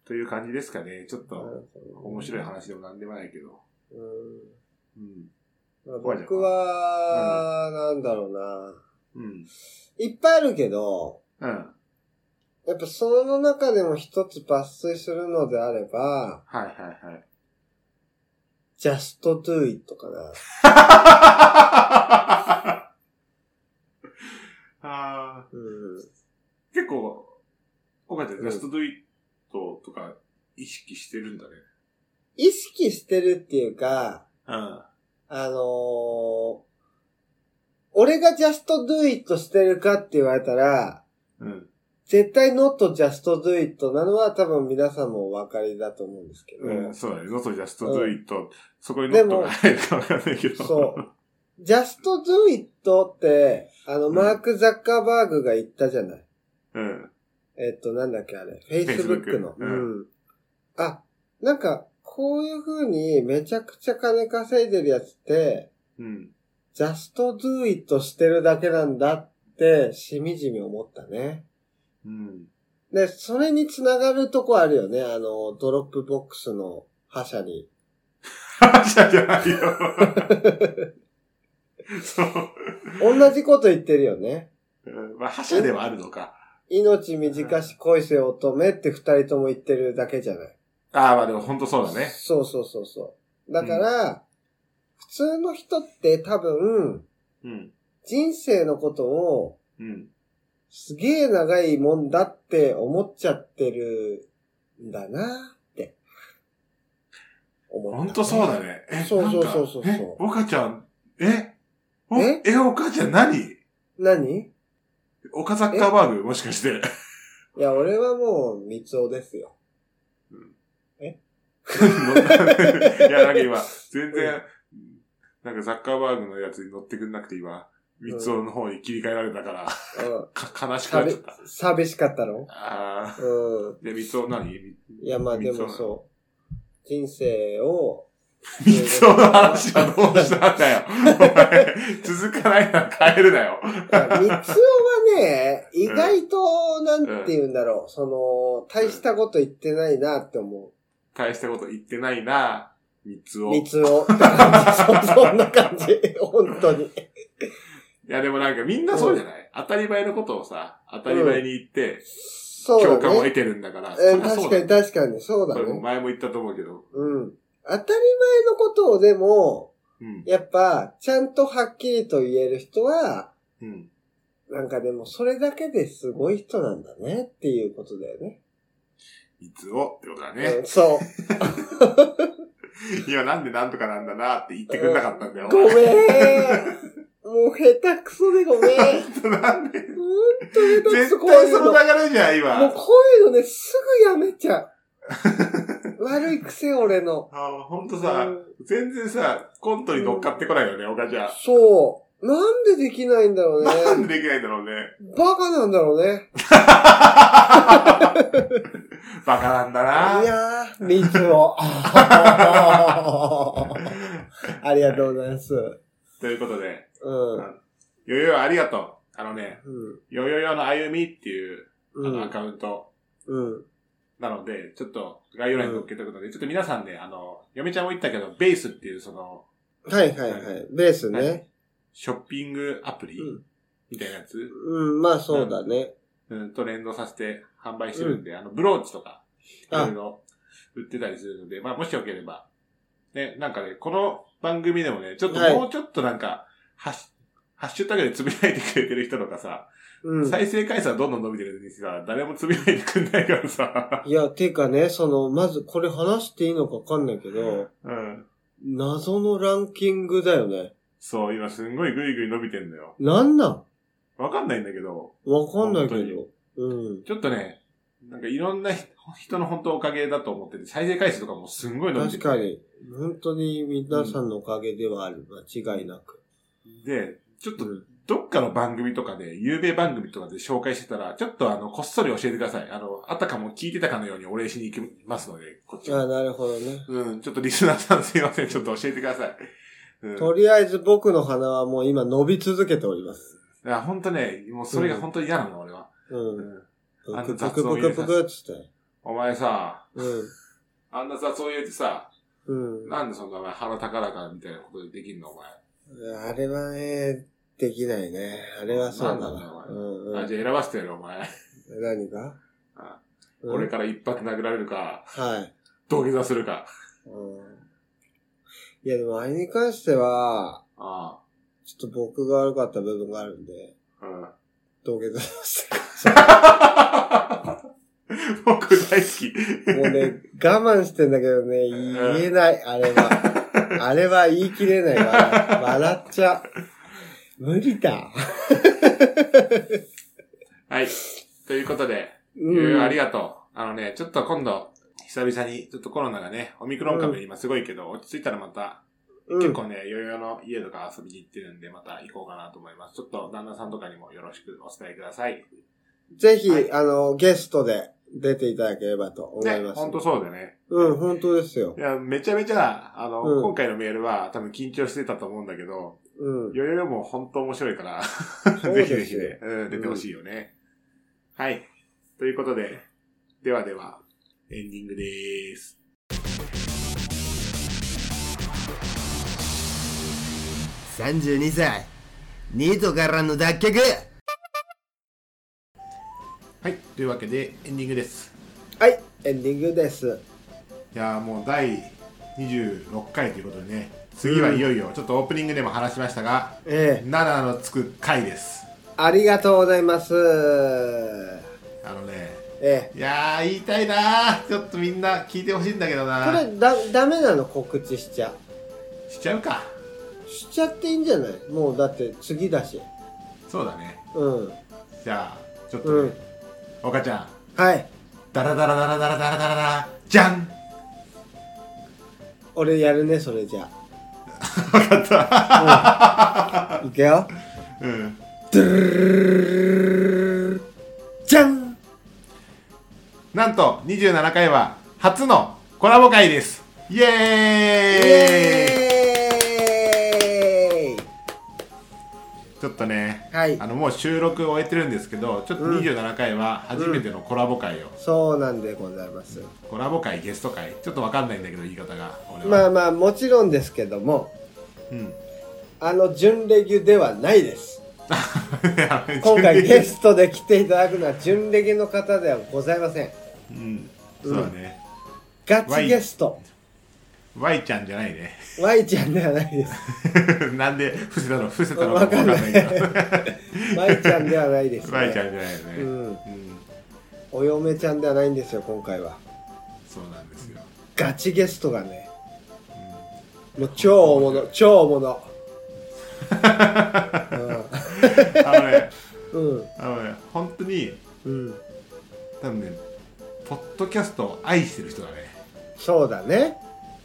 Speaker 1: という感じですかね。ちょっ
Speaker 2: な
Speaker 1: と、
Speaker 2: るほどね
Speaker 1: 面白い。話でもなんでもないけど。
Speaker 2: うん。
Speaker 1: うん。
Speaker 2: まあ
Speaker 1: 怖いじゃん
Speaker 2: 僕は、なんだろうな。
Speaker 1: うん。
Speaker 2: いっぱいあるけど、
Speaker 1: うん。
Speaker 2: やっぱその中でも一つ抜粋するのであれば、
Speaker 1: はいはいはい。
Speaker 2: just do it かな。
Speaker 1: ああ。
Speaker 2: うん。
Speaker 1: 結構、岡ちゃん、
Speaker 2: うん
Speaker 1: ジャストドゥイットとか意識してるんだね。
Speaker 2: 意識してるっていうか、
Speaker 1: うん。
Speaker 2: あのー俺が just do it してるかって言われたら、
Speaker 1: うん。
Speaker 2: 絶対 not just do it なのは多分皆さんもお分かりだと思うんですけど、
Speaker 1: うん、そうだね。not just do it、そこに
Speaker 2: で
Speaker 1: not
Speaker 2: も
Speaker 1: が入るかわかんないけど。
Speaker 2: そう。just do it って、あの、
Speaker 1: うん
Speaker 2: マーク・ザッカーバーグが言ったじゃない。
Speaker 1: う。うん。
Speaker 2: えっと、なんだっけあれ。
Speaker 1: Facebook
Speaker 2: Facebook の。
Speaker 1: う
Speaker 2: うんん。あ、なんか、こういう風にめちゃくちゃ金稼いでるやつって、
Speaker 1: うん。
Speaker 2: just do it してるだけなんだって、しみじみ思ったね。
Speaker 1: うん。
Speaker 2: で、それにつながるとこあるよね。あの、ドロップボックスの覇者に。
Speaker 1: 覇者じゃないよ。そう。
Speaker 2: 同じこと言ってるよね。
Speaker 1: うんまあ、覇者ではあるのか。
Speaker 2: 命短し恋せ乙女って二人とも言ってるだけじゃない。
Speaker 1: ああ、まあでも本当そうだね。
Speaker 2: そうそうそうそう。だから、普通の人って多分、
Speaker 1: うん。
Speaker 2: 人生のことを
Speaker 1: うん。
Speaker 2: すげえ長いもんだって思っちゃってるんだなって。思った、
Speaker 1: 本当そうだ。ね。え、
Speaker 2: そうそうそうそうそう
Speaker 1: なんかえ、岡ちゃん、えお
Speaker 2: え
Speaker 1: え、岡ちゃん何
Speaker 2: 何い
Speaker 1: 岡ザッカーバーグもしかして。
Speaker 2: や、俺はもう、三つですよ。
Speaker 1: いや、なんか今、全然、なんかザッカーバーグのやつに乗ってくんなくて今、三つの方に切り替えられたから、
Speaker 2: うん。
Speaker 1: か悲しくなっ
Speaker 2: 寂
Speaker 1: ちゃった。
Speaker 2: 寂しかったろ
Speaker 1: ああ。
Speaker 2: うん。
Speaker 1: で、三つお何い
Speaker 2: いや、まあでもそう。人生を、
Speaker 1: う。三つおの話はどうしたんだよ。お前、続かないなら変えるなよ。
Speaker 2: いや三つおはね、意外と、なんて言うんだろう、その、大したこと言ってないなって思
Speaker 1: 大したこと言ってないな、三つ
Speaker 2: う。
Speaker 1: お。
Speaker 2: 三つおって感じ。 そうそんな感じ。本当に。
Speaker 1: いや、でもなんかみんなそうじゃない、当たり前のことをさ、当たり前に言って、
Speaker 2: そ
Speaker 1: 共
Speaker 2: う
Speaker 1: 感を
Speaker 2: だ
Speaker 1: 得
Speaker 2: ね。
Speaker 1: てるんだから。
Speaker 2: え
Speaker 1: そ
Speaker 2: ー
Speaker 1: りゃそ
Speaker 2: 確
Speaker 1: う
Speaker 2: か
Speaker 1: だ
Speaker 2: に確かに、そうだ
Speaker 1: これも
Speaker 2: ね。
Speaker 1: 前も言ったと思うけど。
Speaker 2: うん。当たり前のことをでも、
Speaker 1: うん。
Speaker 2: やっぱ、ちゃんとはっきりと言える人は、
Speaker 1: うん。
Speaker 2: なんかでも、それだけですごい人なんだねっていうことだよね。
Speaker 1: 三つおってことだ
Speaker 2: う
Speaker 1: ね
Speaker 2: ん。そう。
Speaker 1: 今なんでなんとかなんだなって言ってくれなかったんだよ。
Speaker 2: ごめん。もう下手くそでごめん。
Speaker 1: なんで
Speaker 2: ほんと下手くそ
Speaker 1: 絶
Speaker 2: こうい
Speaker 1: 対
Speaker 2: う
Speaker 1: その
Speaker 2: の。
Speaker 1: 流
Speaker 2: もう
Speaker 1: れじゃん、今。
Speaker 2: こういうのね、すぐやめちゃう。悪い癖、俺の。
Speaker 1: ああ、ほんと
Speaker 2: う
Speaker 1: さ、
Speaker 2: ん
Speaker 1: 全然さ、コントに乗っかってこないよね、おかちゃん。
Speaker 2: そう。なんでできないんだろう
Speaker 1: なん
Speaker 2: ね。
Speaker 1: でできないんだろう ね。
Speaker 2: バカなんだろうね。。
Speaker 1: バカなんだない
Speaker 2: やー、みつ を。ありがとうございます。
Speaker 1: ということで、
Speaker 2: うん。
Speaker 1: よよよありがとう。あのね、
Speaker 2: うん。
Speaker 1: よよよの歩みっていう、あ
Speaker 2: う
Speaker 1: の、ア
Speaker 2: ん。
Speaker 1: カウント。
Speaker 2: うん。
Speaker 1: なので、ちょっと概要欄に載っけておくので、ちょっと皆さんね、あの、嫁ちゃんも言ったけど、ベースっていうその、
Speaker 2: はいはいはい。ベースね。
Speaker 1: ショッピングアプリ
Speaker 2: うん
Speaker 1: みたいなやつ、
Speaker 2: うん、まあそうだね。
Speaker 1: うん、と連動させて販売してるんで、あの、ブローチとか、い
Speaker 2: あ
Speaker 1: ろいろ売ってたりするので、まあ、もしよければ、ね、なんかね、この番組でもね、ちょっと
Speaker 2: はい
Speaker 1: もうちょっとなんか、はしハッシュタグでつぶやいてくれてる人とかさ、
Speaker 2: うん。
Speaker 1: 再生回数はどんどん伸びてるんですが、誰もつぶやいてくんないからさ、
Speaker 2: いや、てかね、その、まずこれ話していいのかわかんないけど、
Speaker 1: うん。
Speaker 2: 謎のランキングだよね。
Speaker 1: そう、今すんごいぐいぐい伸びてんだよ。
Speaker 2: なんなん
Speaker 1: わかんないんだけど、
Speaker 2: わかんないけ
Speaker 1: 本
Speaker 2: ど。うん。
Speaker 1: ちょっとね、なんかいろんな人人の本当おかげだと思ってて、再生回数とかもすんごい伸び
Speaker 2: 確
Speaker 1: てて
Speaker 2: か。に。本当に皆さんのおかげではある。間違いなく。
Speaker 1: で、ちょっ
Speaker 2: う
Speaker 1: と
Speaker 2: ん。
Speaker 1: どっかの番組とかで、有名番組とかで紹介してたら、ちょっとあの、こっそり教えてください。あの、あたかも聞いてたかのようにお礼しに行きますので、こっちは
Speaker 2: あなるほどね。
Speaker 1: うん、ちょっとリスナーさんすいません、ちょっと教えてください。うん。
Speaker 2: とりあえず僕の鼻はもう今伸び続けております。
Speaker 1: いや、ほんとね、もうそれが本当に嫌なの、俺は。
Speaker 2: うん
Speaker 1: う。ん。あ
Speaker 2: ぷく
Speaker 1: んた
Speaker 2: ぷ
Speaker 1: 雑
Speaker 2: く
Speaker 1: 音
Speaker 2: ぷ
Speaker 1: 入れ
Speaker 2: く
Speaker 1: さ
Speaker 2: ぷくっつって。
Speaker 1: お前さ、
Speaker 2: うん。
Speaker 1: あんな雑音入れてさ、
Speaker 2: うん。
Speaker 1: なんでそんなお前腹高らかみたいなことでできんの、お前。
Speaker 2: あれはね、できないね。あれはそうだ
Speaker 1: なんなん
Speaker 2: な。
Speaker 1: だ
Speaker 2: う
Speaker 1: よ
Speaker 2: んう
Speaker 1: あ、
Speaker 2: ん
Speaker 1: じ。ゃあ選ばせてやる、お前。
Speaker 2: 何が
Speaker 1: あ
Speaker 2: うん
Speaker 1: 俺から一発殴られるか、
Speaker 2: はい。
Speaker 1: 土下座するか。
Speaker 2: うんいや、でもあれに関しては、
Speaker 1: あ
Speaker 2: ちょっと僕が悪かった部分があるんで、
Speaker 1: あ。 うん。
Speaker 2: 土下座し
Speaker 1: 僕大好き。
Speaker 2: て。もうね、我慢してんだけどね、言えない、あれは。あれは言い切れない。笑笑っちゃう。無理だ。
Speaker 1: はい。ということで、
Speaker 2: うん
Speaker 1: いろいろありがとう。あのね、ちょっと今度、久々に、ちょっとコロナがね、オミクロン株今すごいけど、落ち着いたらまた、
Speaker 2: うん
Speaker 1: 結構ね、余裕の家とか遊びに行ってるんで、また行こうかなと思います。ちょっと旦那さんとかにもよろしくお伝えください。
Speaker 2: ぜひ、
Speaker 1: はい
Speaker 2: あの、ゲストで出ていただければと思い
Speaker 1: ね、
Speaker 2: ます。
Speaker 1: ほんとそうだよね。
Speaker 2: うん、本当ですよ
Speaker 1: い。や、めちゃめちゃ、あの、
Speaker 2: うん
Speaker 1: 今回のメールは多分緊張してたと思うんだけど、
Speaker 2: うん。
Speaker 1: よよよも本当面白いから、
Speaker 2: そう
Speaker 1: ぜ
Speaker 2: で
Speaker 1: ひ
Speaker 2: すよ
Speaker 1: ぜひね、うん、出てほしいよね、はい。ということで、ではでは、エンディングでーす。
Speaker 4: 32歳ニートからの脱却
Speaker 1: はい。というわけで、エンディングです。
Speaker 2: はい、エンディングです。
Speaker 1: いやーもう第26回ということでね、次はいよいよ、ちょっとオープニングでも話しましたが、
Speaker 2: ええ
Speaker 1: 7のつく回です。
Speaker 2: ありがとうございます。
Speaker 1: あのね、
Speaker 2: ええ
Speaker 1: いやー、言いたいなー。ちょっとみんな聞いてほしいんだけどな
Speaker 2: これ、だ、ダメなの告知しちゃ。
Speaker 1: しちゃうか。
Speaker 2: しちゃっていいんじゃないもうだって次だし。
Speaker 1: そうだね。
Speaker 2: うん。
Speaker 1: じゃあ、ちょっと
Speaker 2: う
Speaker 1: ね
Speaker 2: ん、
Speaker 1: 岡、ちゃん、
Speaker 2: はい。
Speaker 1: ダラダラダラダラダラダラダラじゃん
Speaker 2: 俺やるね、それじゃ
Speaker 1: わかった。
Speaker 2: あ。いくよ。
Speaker 1: うん。
Speaker 2: じゃん
Speaker 1: なんと、27回は、初のコラボ会です。イエ
Speaker 2: イ
Speaker 1: ーイ
Speaker 2: エーイ
Speaker 1: ちょっとね、
Speaker 2: はい
Speaker 1: あのもう収録終えてるんですけど、ちょっと
Speaker 2: うん
Speaker 1: 27回は初めてのコラボ会を、
Speaker 2: そうなんでございます。
Speaker 1: コラボ会、ゲスト会、ちょっとわかんないんだけど、言い方が、俺は。
Speaker 2: まあまあ、もちろんですけども、
Speaker 1: うん。
Speaker 2: あの、準レギュではないです。 今回ゲストで来ていただくのは準レギュの方ではございません。
Speaker 1: ト。うん。そうだね。
Speaker 2: ガチゲスト。
Speaker 1: Y ちゃんじゃないね。
Speaker 2: Y ちゃんではないです。
Speaker 1: なんで伏せたの伏せたのかも
Speaker 2: わ
Speaker 1: わ
Speaker 2: か
Speaker 1: か
Speaker 2: ん
Speaker 1: ん
Speaker 2: ない
Speaker 1: ないけ ど。
Speaker 2: Y ちゃんではないです、ね。
Speaker 1: Y ちゃんじゃないよね。
Speaker 2: うん
Speaker 1: うん
Speaker 2: お嫁ちゃんではないんですよ、今回は。
Speaker 1: そうなんですよ。
Speaker 2: ガチゲストがね、もう超大物、超大物。
Speaker 1: あのね、
Speaker 2: うん、
Speaker 1: あのね、本当に、
Speaker 2: うん、
Speaker 1: 多分ね、ポッドキャストを愛してる人だね。
Speaker 2: そうだね。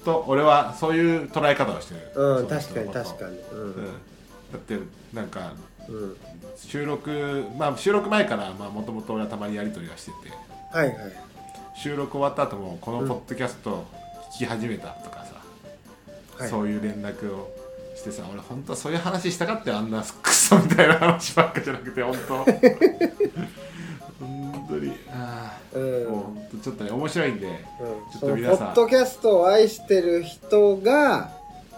Speaker 1: と、俺はそういう捉え方をしてる。
Speaker 2: うん、
Speaker 1: その
Speaker 2: 確
Speaker 1: 人
Speaker 2: かに
Speaker 1: のこと
Speaker 2: 確かに。う
Speaker 1: うん
Speaker 2: ん、
Speaker 1: だって、なんか、
Speaker 2: うん。
Speaker 1: 収録、まあ収録前から、まあもともと俺はたまにやりとりはしてて、
Speaker 2: はいはい。
Speaker 1: 収録終わった後も、このポッドキャストを聞き始めたとか
Speaker 2: は
Speaker 1: さ、
Speaker 2: い
Speaker 1: そういう連絡をしてさ俺本当はそういう話したかったよあんなクソみたいな話ばっかじゃなくて本当本当にああ、
Speaker 2: うん
Speaker 1: もう本当ちょっとね面白いんで、
Speaker 2: うん
Speaker 1: ちょっ
Speaker 2: そ
Speaker 1: と
Speaker 2: の
Speaker 1: 皆
Speaker 2: ポ
Speaker 1: さ
Speaker 2: ッ
Speaker 1: ん
Speaker 2: ドキャストを愛してる人が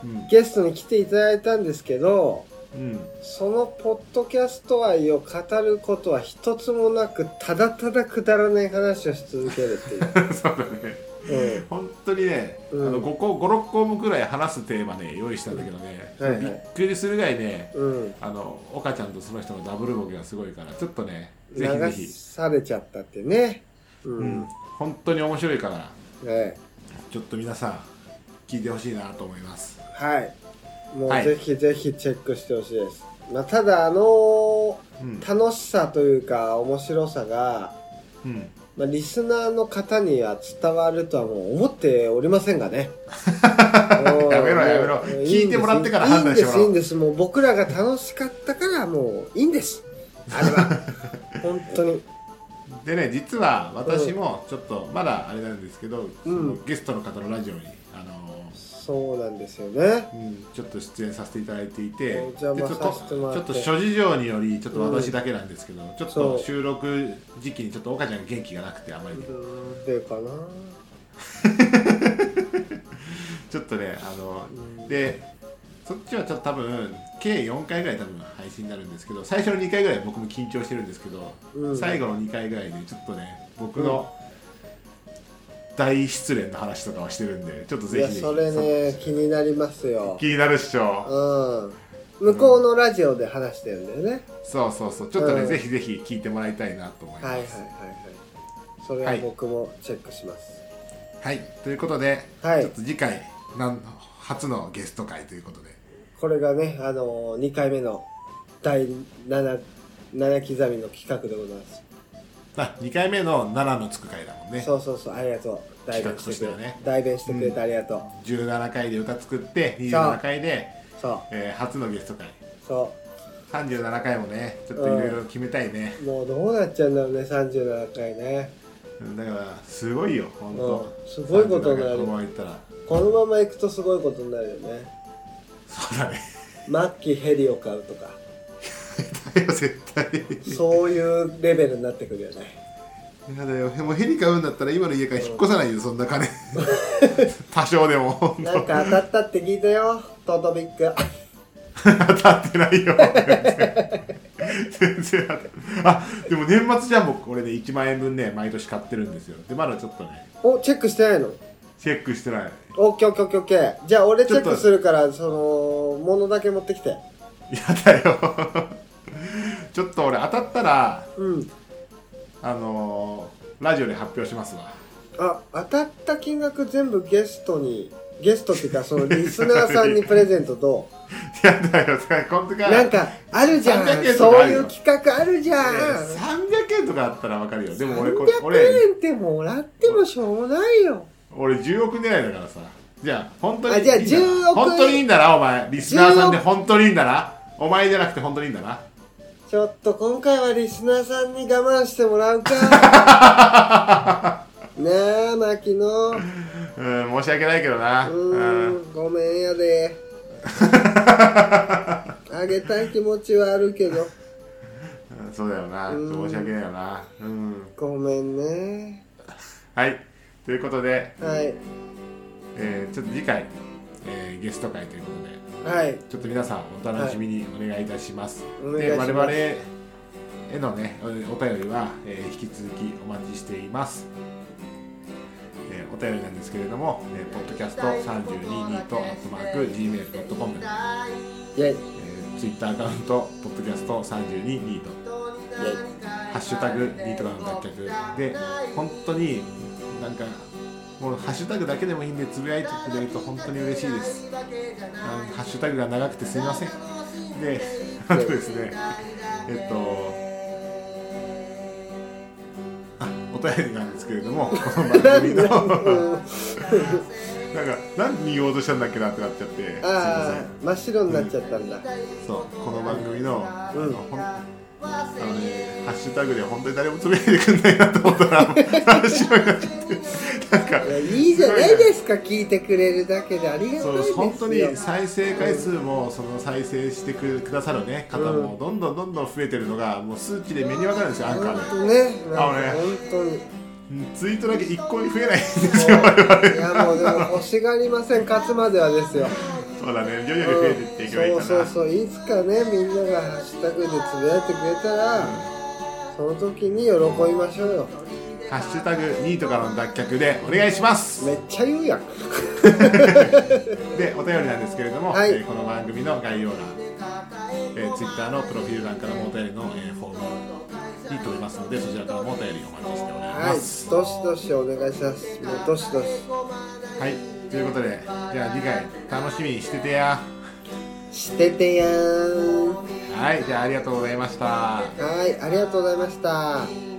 Speaker 1: うん
Speaker 2: ゲストに来ていただいたんですけど
Speaker 1: うん
Speaker 2: そのポッドキャスト愛を語ることは一つもなくただただくだらない話をし続けるって、
Speaker 1: そうだね
Speaker 2: いう、
Speaker 1: 本当にね、
Speaker 2: うん
Speaker 1: あの5個56項目ぐらい話すテーマね用意したんだけどね、
Speaker 2: はいはい
Speaker 1: びっくりするぐらいね
Speaker 2: うんうん、
Speaker 1: あの岡ちゃんとその人のダブルボケがすごいからちょっとねぜひぜ
Speaker 2: 流
Speaker 1: ひ、
Speaker 2: されちゃったってねう
Speaker 1: うん
Speaker 2: ん、
Speaker 1: 本当に面白いから
Speaker 2: ね
Speaker 1: ちょっと皆さん聞いてほしいなと思います
Speaker 2: はいもう
Speaker 1: はい
Speaker 2: ぜひぜひチェックしてほしいです、まあ、ただあの
Speaker 1: うん
Speaker 2: ー楽しさというか面白さが、
Speaker 1: うん
Speaker 2: まあ、リスナーの方には伝わるとはもう思っておりませんが ねもう
Speaker 1: やめろやめろ
Speaker 2: もう
Speaker 1: 聞い
Speaker 2: んです
Speaker 1: てもらってから判断してもらおう
Speaker 2: いいんですいいんですもう僕らが楽しかったからもういいんですあれ は本当に
Speaker 1: でね実は私もちょっとまだあれなんですけど、そのゲストの方のラジオにあの
Speaker 2: そうなんですよね
Speaker 1: うんちょっと出演させていただいていて
Speaker 2: お邪魔
Speaker 1: でちょっ
Speaker 2: させても
Speaker 1: と
Speaker 2: らっ
Speaker 1: ちょってと諸事情によりちょっと私だけなんですけど、ちょっ
Speaker 2: そ
Speaker 1: と
Speaker 2: う
Speaker 1: 収録時期にちょっと岡ちゃんが元気がなくてあまりね、
Speaker 2: うんでかな
Speaker 1: ちょっとねあの、でそっちはちょっと多分計4回ぐらい多分配信になるんですけど最初の2回ぐらい僕も緊張してるんですけど、
Speaker 2: うん
Speaker 1: 最後の2回ぐらいでちょっとね僕の大失恋の話とかをしてるんでちょっと
Speaker 2: い
Speaker 1: ぜ
Speaker 2: や
Speaker 1: ひぜひ
Speaker 2: それね気になりますよ
Speaker 1: 気になるっしょ、
Speaker 2: うん向こうのラジオで話してるんだよね、
Speaker 1: そうそうそうちょっとね、
Speaker 2: うん
Speaker 1: ぜひぜひ聞いてもらいたいなと思います
Speaker 2: はいはいはいはいそれは
Speaker 1: はい
Speaker 2: 僕もチェックします
Speaker 1: はいということで、
Speaker 2: はい
Speaker 1: ちょっと次回なん初のゲスト会ということで
Speaker 2: これがねあのー、2回目の第 7, 7刻みの企画でございます
Speaker 1: あ2回目の7のつく回だもんね
Speaker 2: そうそうそう、ありがとう。代弁してくれ
Speaker 1: 企画としてはね
Speaker 2: 代弁してくれてありがとう。
Speaker 1: 17回で歌作って27回で、
Speaker 2: そう、
Speaker 1: えー初のゲスト回
Speaker 2: そ
Speaker 1: 37回もねちょっといろいろ決めたいね、
Speaker 2: う。もうどうなっちゃうんだろうね、37回ね。
Speaker 1: だからすごいよ本当、
Speaker 2: うんすごいことになる
Speaker 1: 37回このままいったら
Speaker 2: このまま行くとすごいことになるよね。
Speaker 1: そうだね
Speaker 2: マッキーヘリを買うとか、
Speaker 1: だよ絶対
Speaker 2: そういうレベルになってくるよね。
Speaker 1: やだよもうヘリ買うんだったら今の家から引っ越さないよ、そんな 金多少でも本
Speaker 2: なんか当たったって聞いたよ、トートビッグ。
Speaker 1: 当当たってないよ全然当たってあでも年末ジャンボこれね1万円分ね毎年買ってるんですよでまだちょっとね
Speaker 2: お、チェックしてないの
Speaker 1: チェックしてない
Speaker 2: オッケーオッケーオッケーオッケー。じゃあ俺チェッ
Speaker 1: ちょっ
Speaker 2: ク
Speaker 1: と
Speaker 2: するから、その、ものだけ持ってきて。
Speaker 1: やだよちょっと俺当たったら
Speaker 2: うん。
Speaker 1: あのーラジオで発表しますわ
Speaker 2: あ、当たった金額全部ゲストに、ゲストっていうか、そのリスナーさんにプレゼントと、
Speaker 1: やだよこの時は
Speaker 2: なんか、あるじゃん
Speaker 1: 300円。と
Speaker 2: そ
Speaker 1: か
Speaker 2: う
Speaker 1: ある
Speaker 2: い
Speaker 1: よ
Speaker 2: う企画あるじゃん。
Speaker 1: 300円とかあったらわかるよでも俺これ
Speaker 2: 300
Speaker 1: 俺
Speaker 2: 円ってもらってもしょうもないよ。
Speaker 1: 俺10億狙いだからさじゃあ本当に
Speaker 2: あじゃあ
Speaker 1: いいんだな
Speaker 2: 10億
Speaker 1: 本当にいいんだなお前リスナーさんで
Speaker 2: 10億
Speaker 1: 本当にいいんだなお前じゃなくて本当にいいんだな
Speaker 2: ちょっと今回はリスナーさんに我慢してもらうか。 ねえ、牧野。う
Speaker 1: うん申し訳ないけどなうん
Speaker 2: ーん、ごめんや で。あげたい気持ちはあるけど。
Speaker 1: うんそうだよな
Speaker 2: うん
Speaker 1: 申し訳ないよなうん
Speaker 2: ごめんね。
Speaker 1: はいということで、
Speaker 2: はい。
Speaker 1: えーちょっと次回、えーゲスト会ということで
Speaker 2: はい。
Speaker 1: ちょっと皆さんお楽しみにお願いいたします。
Speaker 2: お願い
Speaker 1: で
Speaker 2: します
Speaker 1: 我々へのねおお便りは、えー引き続きお待ちしています。えーお便りなんですけれども、えー、podcast322 と gmail.com、
Speaker 2: イ ェイ。
Speaker 1: えー、Twitter アカウント podcast322 とハッシュタグニートからの脱却で本当になんかもうハッシュタグだけでもいいんでつぶやいてくれると本当に嬉しいですあのハッシュタグが長くてすみませんであとですねえっとあお便りなんですけれど もこの番組のなんか
Speaker 2: うん
Speaker 1: 何言おうとしたんだっけなってなっちゃってすいませ
Speaker 2: あ
Speaker 1: ん
Speaker 2: あ、真っ白になっちゃったんだ。
Speaker 1: そうこの番組の、あの
Speaker 2: うん
Speaker 1: ほんあのねハッシュタグで本当に誰もつぶやいてくんないなと思ったら楽しみになっちゃってなんか
Speaker 2: いやいいじゃないですか、聞いてくれるだけでありがた
Speaker 1: そ
Speaker 2: いで
Speaker 1: う
Speaker 2: すよ。
Speaker 1: 本当に再生回数もその再生してくくださるね方
Speaker 2: う
Speaker 1: もどんどんどんどん増えてるのがもう数値で目に分かるんですよアンカ
Speaker 2: 本
Speaker 1: ー
Speaker 2: 当
Speaker 1: で
Speaker 2: ね、なん
Speaker 1: あ
Speaker 2: か
Speaker 1: 俺
Speaker 2: 本当に。
Speaker 1: うんツイートだけ一向に増えないんですよ
Speaker 2: いやもうでも欲しがりません勝つまではですよ、
Speaker 1: そうだね徐
Speaker 2: う
Speaker 1: 々に増えていっていけばいい
Speaker 2: そ
Speaker 1: か
Speaker 2: う
Speaker 1: な
Speaker 2: そうそういつかねみんながハッシュタグでつぶやいてくれたらその時に喜びましょうよ
Speaker 1: ハッシュタグニートからの脱却でお願いします
Speaker 2: めっちゃ言うやん
Speaker 1: でお便りなんですけれども、
Speaker 2: はい
Speaker 1: えーこの番組の概要欄、えー、Twitter のプロフィール欄からもお便りの、えーフォームに飛びますのでそちらからもお便りお待ちしており
Speaker 2: は
Speaker 1: ま
Speaker 2: い
Speaker 1: す。は
Speaker 2: どしどしお願いしますもうどしどし
Speaker 1: い、ということでじゃあ次回楽しみにしててや
Speaker 2: しててやーん
Speaker 1: はいじゃあありがとうございました。
Speaker 2: はいありがとうございました